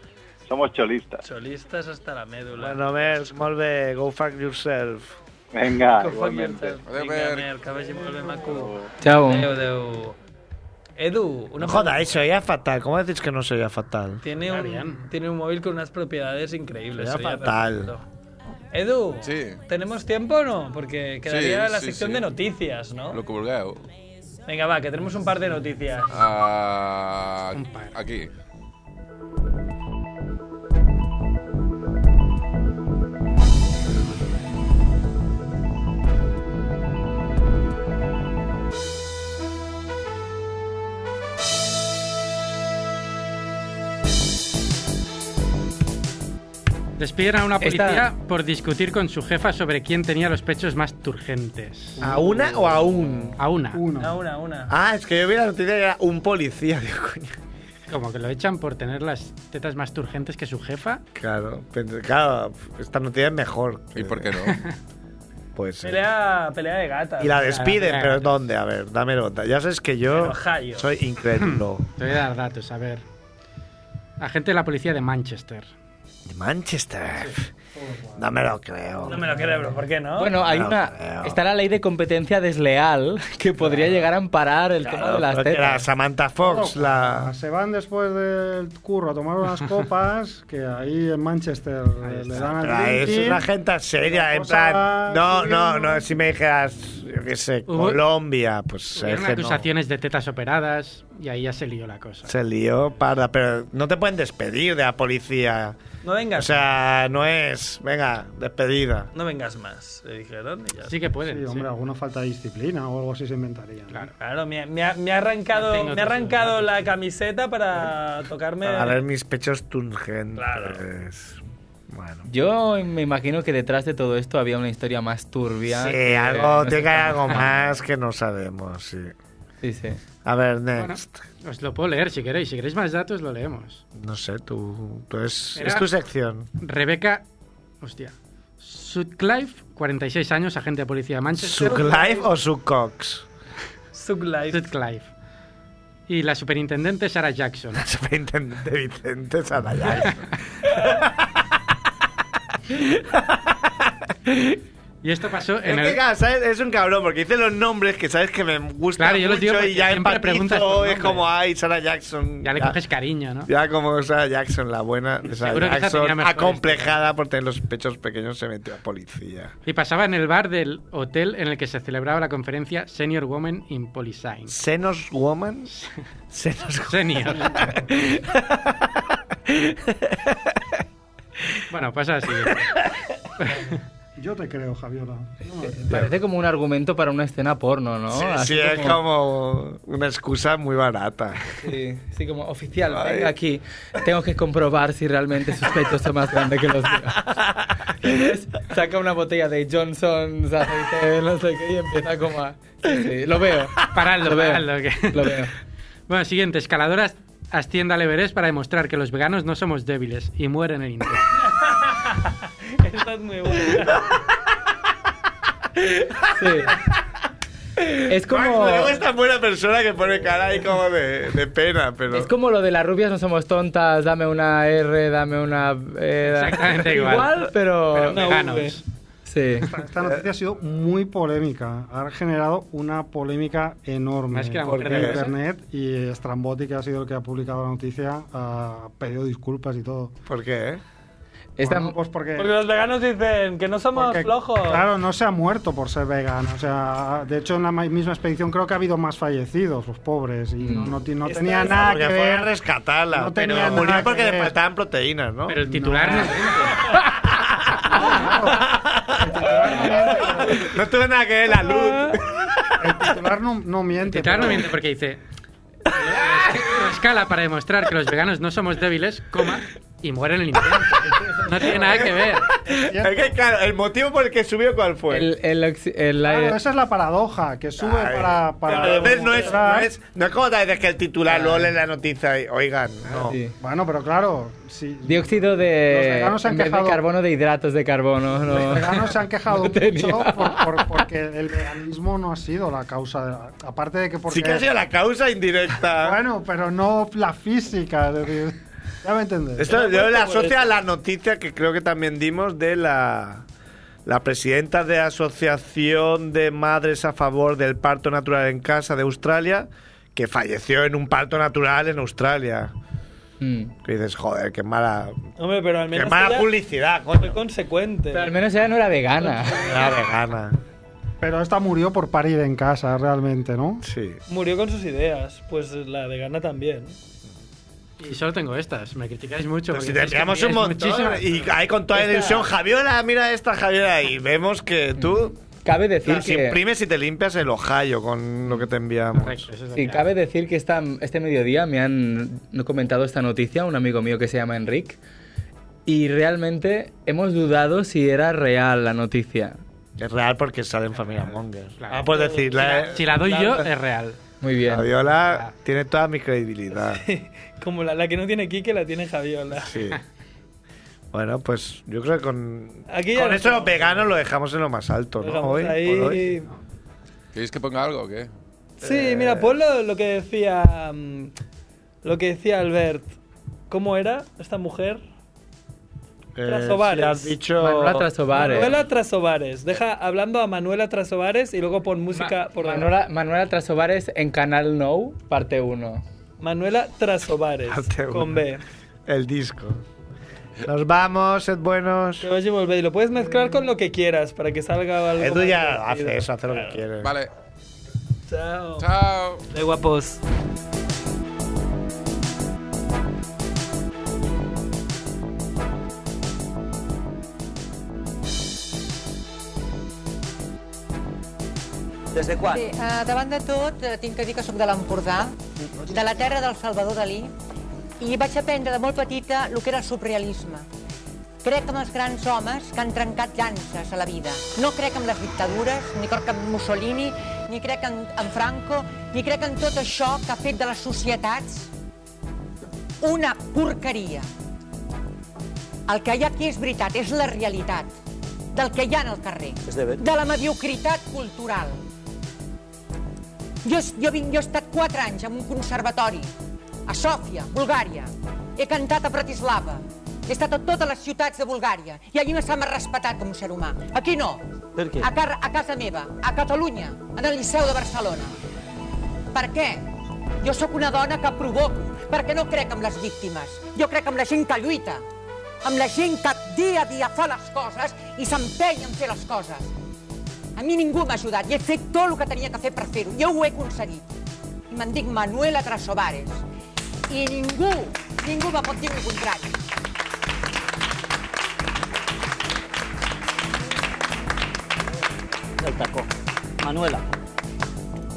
S12: Somos cholistas.
S2: Solistas hasta la médula.
S3: Bueno, Merck, molt bé. Go fuck yourself.
S12: Venga,
S2: Go fuck
S12: igualmente.
S2: yourself. Vinga, Merck, a ver si vuelve Macu.
S5: Chao.
S2: Adeu, adeu. Edu, una ¿eh?
S3: No jodáis, se oía fatal. ¿Cómo decís que no se oía fatal?
S2: Tiene un, tiene un móvil con unas propiedades increíbles.
S3: Sería
S2: sería
S3: fatal.
S2: perfecto. Edu, ¿tenemos tiempo o no? Porque quedaría
S6: Sí,
S2: la
S6: sí,
S2: sección
S6: sí.
S2: de noticias, ¿no?
S6: Lo que vulgueu.
S2: Venga, va, que tenemos un par de noticias.
S6: Ah, aquí.
S4: Despiden a una
S3: Esta-
S4: policía por discutir con su jefa sobre quién tenía los pechos más turgentes.
S3: ¿A una o a un?
S4: A una.
S2: A una, a una.
S3: Ah, es que yo vi la noticia y era un policía. Digo, coño.
S4: Como que lo echan por tener las tetas más turgentes que su jefa.
S3: Claro, pensé- claro, esta noticia es mejor. ¿Y por qué
S6: no?
S3: Pues sí.
S2: Pelea, pelea de gatas. Ah,
S3: Y la
S4: Claro,
S3: despiden,
S4: claro.
S3: pero ¿dónde? A ver, dame nota. Ya sabes que
S4: En
S3: yo
S4: Ohio.
S3: soy incrédulo.
S4: Te voy a dar datos, a ver. Agente de la policía de Manchester.
S3: De Manchester. No me lo creo.
S2: No me lo creo, pero ¿por qué no?
S5: Bueno, hay una. Está la ley de competencia desleal que podría llegar a amparar el tema de las
S3: pero que
S5: tetas.
S3: era Samantha Fox, la.
S8: Ah, Se van después del curro a tomar unas copas, que ahí en Manchester eh, le dan al
S3: Pero
S8: drinking.
S3: Ah, es una gente seria, en
S8: cosa
S3: plan. No, no,
S8: subiendo.
S3: no, si me dijeras, yo qué sé,
S4: Hubo-
S3: Colombia, pues. Es
S4: Hubieron
S3: que no.
S4: acusaciones de tetas operadas y ahí ya se lió la cosa.
S3: Se lió parda, pero no te pueden despedir de la policía.
S2: No vengas.
S3: O sea, no es. Venga, despedida.
S2: No vengas más, le dijeron. y ya
S4: Sí que pueden.
S8: Sí, hombre, alguna falta de disciplina o algo así se inventarían. Claro.
S2: Claro, me ha, me ha- me ha arrancado,
S8: Tengo
S2: me ha
S8: otros
S2: arrancado la camiseta para tocarme.
S3: A ver mis pechos turgentes. Bueno.
S5: Yo me imagino que detrás de todo esto había una historia más
S4: Ah,
S5: turbia.
S3: Sí,
S5: que-
S3: algo,
S5: no
S3: tiene
S5: sé.
S3: que haber algo más que no sabemos, sí.
S5: Sí, sí.
S3: A ver,
S4: Bueno,
S3: Next.
S4: os lo puedo leer si queréis. Si queréis más datos, lo leemos.
S3: No sé, tú. tú es,
S4: Era-
S3: es tu sección.
S4: Rebeca. Hostia. Sutcliffe, 46 años, agente de policía de Manchester.
S3: ¿Suclive o Sucox?
S2: Sutcliffe.
S4: Y la superintendente Sarah Jackson. La
S3: superintendente Vicente Sarah Jackson.
S4: y esto pasó en
S3: es, que,
S4: el.
S3: claro, ¿sabes? es un cabrón porque dice los nombres que sabes que me gustan
S4: Claro, yo los digo
S3: mucho y
S4: porque
S3: ya
S4: siempre preguntas por
S3: empatizo, es
S4: nombres.
S3: como, ay, Sarah Jackson.
S4: Ya le coges cariño, ¿no?
S3: Ya como Sarah Jackson, la buena de Sarah
S4: Seguro que esa tenía
S3: Jackson,
S4: mejores,
S3: acomplejada por tener los pechos pequeños, se metió a policía.
S4: Y pasaba en el bar del hotel en el que se celebraba la conferencia Senior Women in Polisign.
S3: ¿Senos Woman? ¿Senos
S4: Senior. bueno, pasa así.
S8: Yo te creo, Javiola. eh, Yo me lo creo.
S5: Parece como un argumento para una escena porno, ¿no?
S3: Sí,
S5: Así
S3: sí, es como una excusa muy barata.
S5: Sí, sí, como oficial,
S3: Ay.
S5: venga aquí. Tengo que comprobar si realmente sus pechos son más grandes que los míos. Entonces, Saca una botella de Johnson's, aceite, no sé qué, y empieza como a... Sí, sí, lo veo.
S4: Paradlo,
S5: Lo veo.
S4: paradlo, que-
S5: Lo veo.
S4: Bueno, siguiente. Escaladoras asciende al Everest para demostrar que los veganos no somos débiles y mueren en el intento.
S2: Esta es muy buena.
S5: Es como...
S3: Luego esta buena persona que pone cara ahí como de, de pena, pero...
S5: Es como lo de las rubias no somos tontas, dame una R, dame una... eh, da-
S3: Exactamente igual.
S5: pero...
S3: Pero
S5: una
S3: veganos.
S5: V. Sí.
S8: Esta noticia ha sido muy polémica. Ha generado una polémica enorme.
S4: Más que la
S8: porque
S4: mujer de esa.
S8: Internet y Estrambotti, que ha sido el que ha publicado la noticia, ha pedido disculpas y todo.
S3: ¿Por qué?
S8: Bueno, pues porque...
S2: Pues Porque los veganos dicen que no somos
S8: porque,
S2: flojos.
S8: Claro, no se ha muerto por ser vegano. O sea, de hecho, en la ma- misma expedición creo que ha habido más fallecidos, los pobres. Y no, no ti- no
S3: Esta
S8: tenía
S3: es-
S8: nada
S3: porque
S8: que
S3: fue a
S8: ver.
S3: rescatarla.
S8: No
S3: pero
S8: tenía
S3: murió
S8: nada
S3: porque
S8: que
S3: le
S8: ver.
S3: faltaban proteínas, ¿no?
S4: Pero el titular no.
S3: No tuve nada que ver la luz.
S8: El titular no, no miente.
S4: Titular no
S8: pero-
S4: miente porque dice. "Lo Escala para demostrar que los veganos no somos débiles, coma, y mueren en el intento. No tiene nada que ver.
S3: Es que, claro, el motivo por el que subió, ¿cuál fue? Ah,
S5: El, el, oxi- el aire-
S8: Claro, esa es la paradoja, que sube
S3: Ay.
S8: para... para
S3: Pero entonces no es, no
S8: demostrar-
S3: es, no es como tal vez que el titular luego lee la noticia y, oigan, no.
S5: Ah. Sí.
S8: Bueno, pero claro, si
S5: Dióxido
S8: Los
S5: de...
S8: veganos se han
S5: en vez de
S8: quejado-
S5: carbono, de hidratos de carbono. ¿no?
S8: los veganos se han quejado
S5: No tenía.
S8: mucho por- por- porque el veganismo no ha sido la causa, de la- aparte de que porque...
S3: Sí que ha sido la causa indirecta.
S8: Bueno, pero no la física, es decir... Ya me entendés.
S3: Esto yo le asocio a la noticia que creo que también dimos de la, la presidenta de Asociación de Madres a Favor del Parto Natural en Casa de Australia, que falleció en un parto natural en Australia.
S5: Hmm.
S3: Que dices, joder, qué mala.
S2: Hombre, pero al menos.
S3: mala
S2: publicidad, coño. Fue consecuente.
S5: Pero al menos ella no era vegana.
S3: Era vegana.
S8: Pero esta murió por parir en casa, realmente, ¿no?
S3: Sí.
S2: Murió con sus ideas. Pues la vegana también.
S4: Y solo tengo estas. Me criticáis mucho.
S3: Pues
S4: porque
S3: si tendríamos un
S4: escribíais
S3: montón.
S4: muchísimas.
S3: Y ahí con toda la
S4: Esta-
S3: ilusión, Javiola, mira esta Javiola. Y vemos que tú.
S5: Cabe decir
S3: las
S5: que-
S3: imprimes y te limpias el Ohio con lo que te enviamos.
S5: Y cabe decir que esta, este mediodía me han comentado esta noticia un amigo mío que se llama Enric y realmente hemos dudado si era real la noticia.
S3: Es real porque sale en Familia Monger. Ah, pues decir,
S4: Si la doy yo, eh. es real.
S5: Muy bien.
S3: Javiola tiene toda mi credibilidad.
S2: Como la, la que no tiene Quique la tiene Javiola.
S3: Sí. Bueno, pues yo creo que con,
S2: Aquí ya
S3: con
S2: lo
S3: eso los
S2: tenemos.
S3: veganos lo dejamos en lo más alto, ¿no?
S2: Dejamos
S3: Hoy,
S2: ahí-
S3: por hoy.
S6: ¿Queréis que ponga algo o qué?
S2: Sí, mira, ponlo lo que decía. mm, Lo que decía Albert. ¿Cómo era esta mujer?
S3: Eh,
S2: Trasobares.
S3: si has dicho-
S5: Manuela Trasobares.
S2: Manuela Trasobares. Deja hablando a Manuela Trasobares y luego pon música por detrás.
S5: Manuela, Manuela Trasobares en Canal Now, parte 1.
S2: Manuela Trasobares. Con B.
S3: El disco. Nos vamos, sed buenos.
S2: Te vas y volver. Y lo puedes mezclar con lo que quieras para que salga algo.
S3: Edu
S2: más
S3: ya
S2: divertido.
S3: hace eso, hace lo que quiere.
S6: Vale.
S2: Chao.
S6: Chao.
S2: De guapos.
S13: Des de quan?
S14: Bé, eh, davant de tot, eh, tinc que dir que sóc de l'Empordà, de la terra del Salvador Dalí, i vaig aprendre de molt petita el que era el surrealisme. Crec en els grans homes que han trencat llances a la vida. No crec en les dictadures, ni crec en Mussolini, ni crec en, en Franco, ni crec en tot això que ha fet de les societats una porqueria. El que hi ha aquí és veritat, és la realitat del que hi ha en el carrer,
S13: És de veritat.
S14: de la mediocritat cultural. Jo, jo, vinc, jo he estat 4 anys en un conservatori, a Sòfia, Bulgària. He cantat a Bratislava. He estat a totes les ciutats de Bulgària. I allí m'ha m'ha respetat com a ser humà. Aquí no.
S13: Per què?
S14: A, car a casa meva, a Catalunya, en el Liceu de Barcelona. Per què? Jo sóc una dona que provoco, perquè no crec en les víctimes. Jo crec en la gent que lluita, amb la gent que dia a dia fa les coses i s'empeny en fer les coses. A mi ningú m'ha ajudat i he fet tot el que tenia que fer per fer-ho. Jo ho he aconseguit. I me'n dic Manuela Trasovares. I ningú, ningú me pot dir el contrari.
S13: El tacó. Manuela.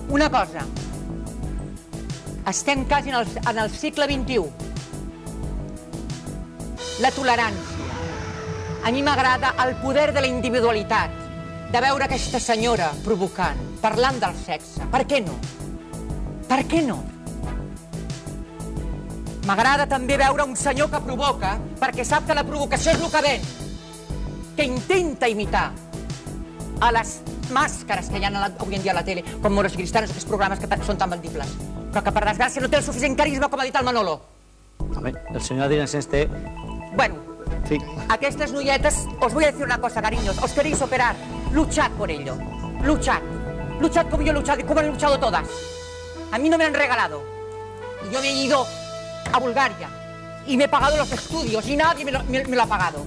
S14: Una cosa. Estem quasi en el, en el segle XXI. La tolerància. A mi m'agrada el poder de la individualitat, de veure aquesta senyora provocant, parlant del sexe. Per què no? Per què no? M'agrada també veure un senyor que provoca perquè sap que la provocació és el que ven, que intenta imitar a les màscares que hi ha a la, avui en dia a la tele, com Moros i Cristianos, aquests programes que ta- són tan vendibles, però que per desgràcia no té el suficient carisma com ha dit el Manolo.
S13: Home, el senyor Adrián Sens té...
S14: Bueno,
S13: Sí.
S14: Aquestes noietas, os voy a decir una cosa, cariños. Os queréis operar. Luchad por ello. Luchad. Luchad como yo he luchado y como han luchado todas. A mí no me han regalado. Y yo me he ido a Bulgaria y me he pagado los estudios y nadie me lo, me- me lo ha pagado.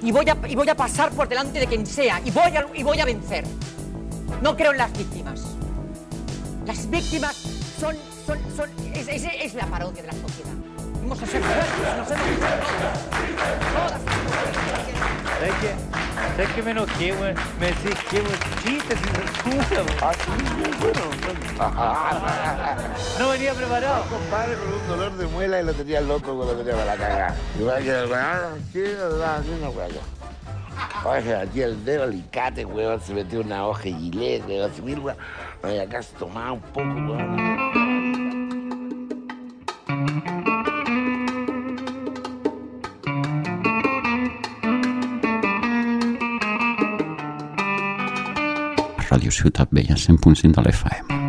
S14: Y voy, a, y voy a pasar por delante de quien sea y voy, a, y voy a vencer. No creo en las víctimas. Las víctimas son, son, son, es, es- es la parodia de la sociedad. Hemos de ser fuertes, nos hemos de ser
S15: ¿Sabes qué? ¿Sabes qué me enojé, güey? Me decís que buen chiste, sin excusa, güey. No venía preparado.
S16: Ah, compadre con un dolor de muela y lo tenía loco con lo tenía para la caga. Igual que el ah, sí, verdad, sí, no huevo. Oye, aquí el dedo alicate, huevón, se metió una hoja y gilet, huevón, así, mil, huevón. Oye, acá se tomaba un poco, huevón.
S17: Radio Ciutat Vella, 100.5 de l'FM.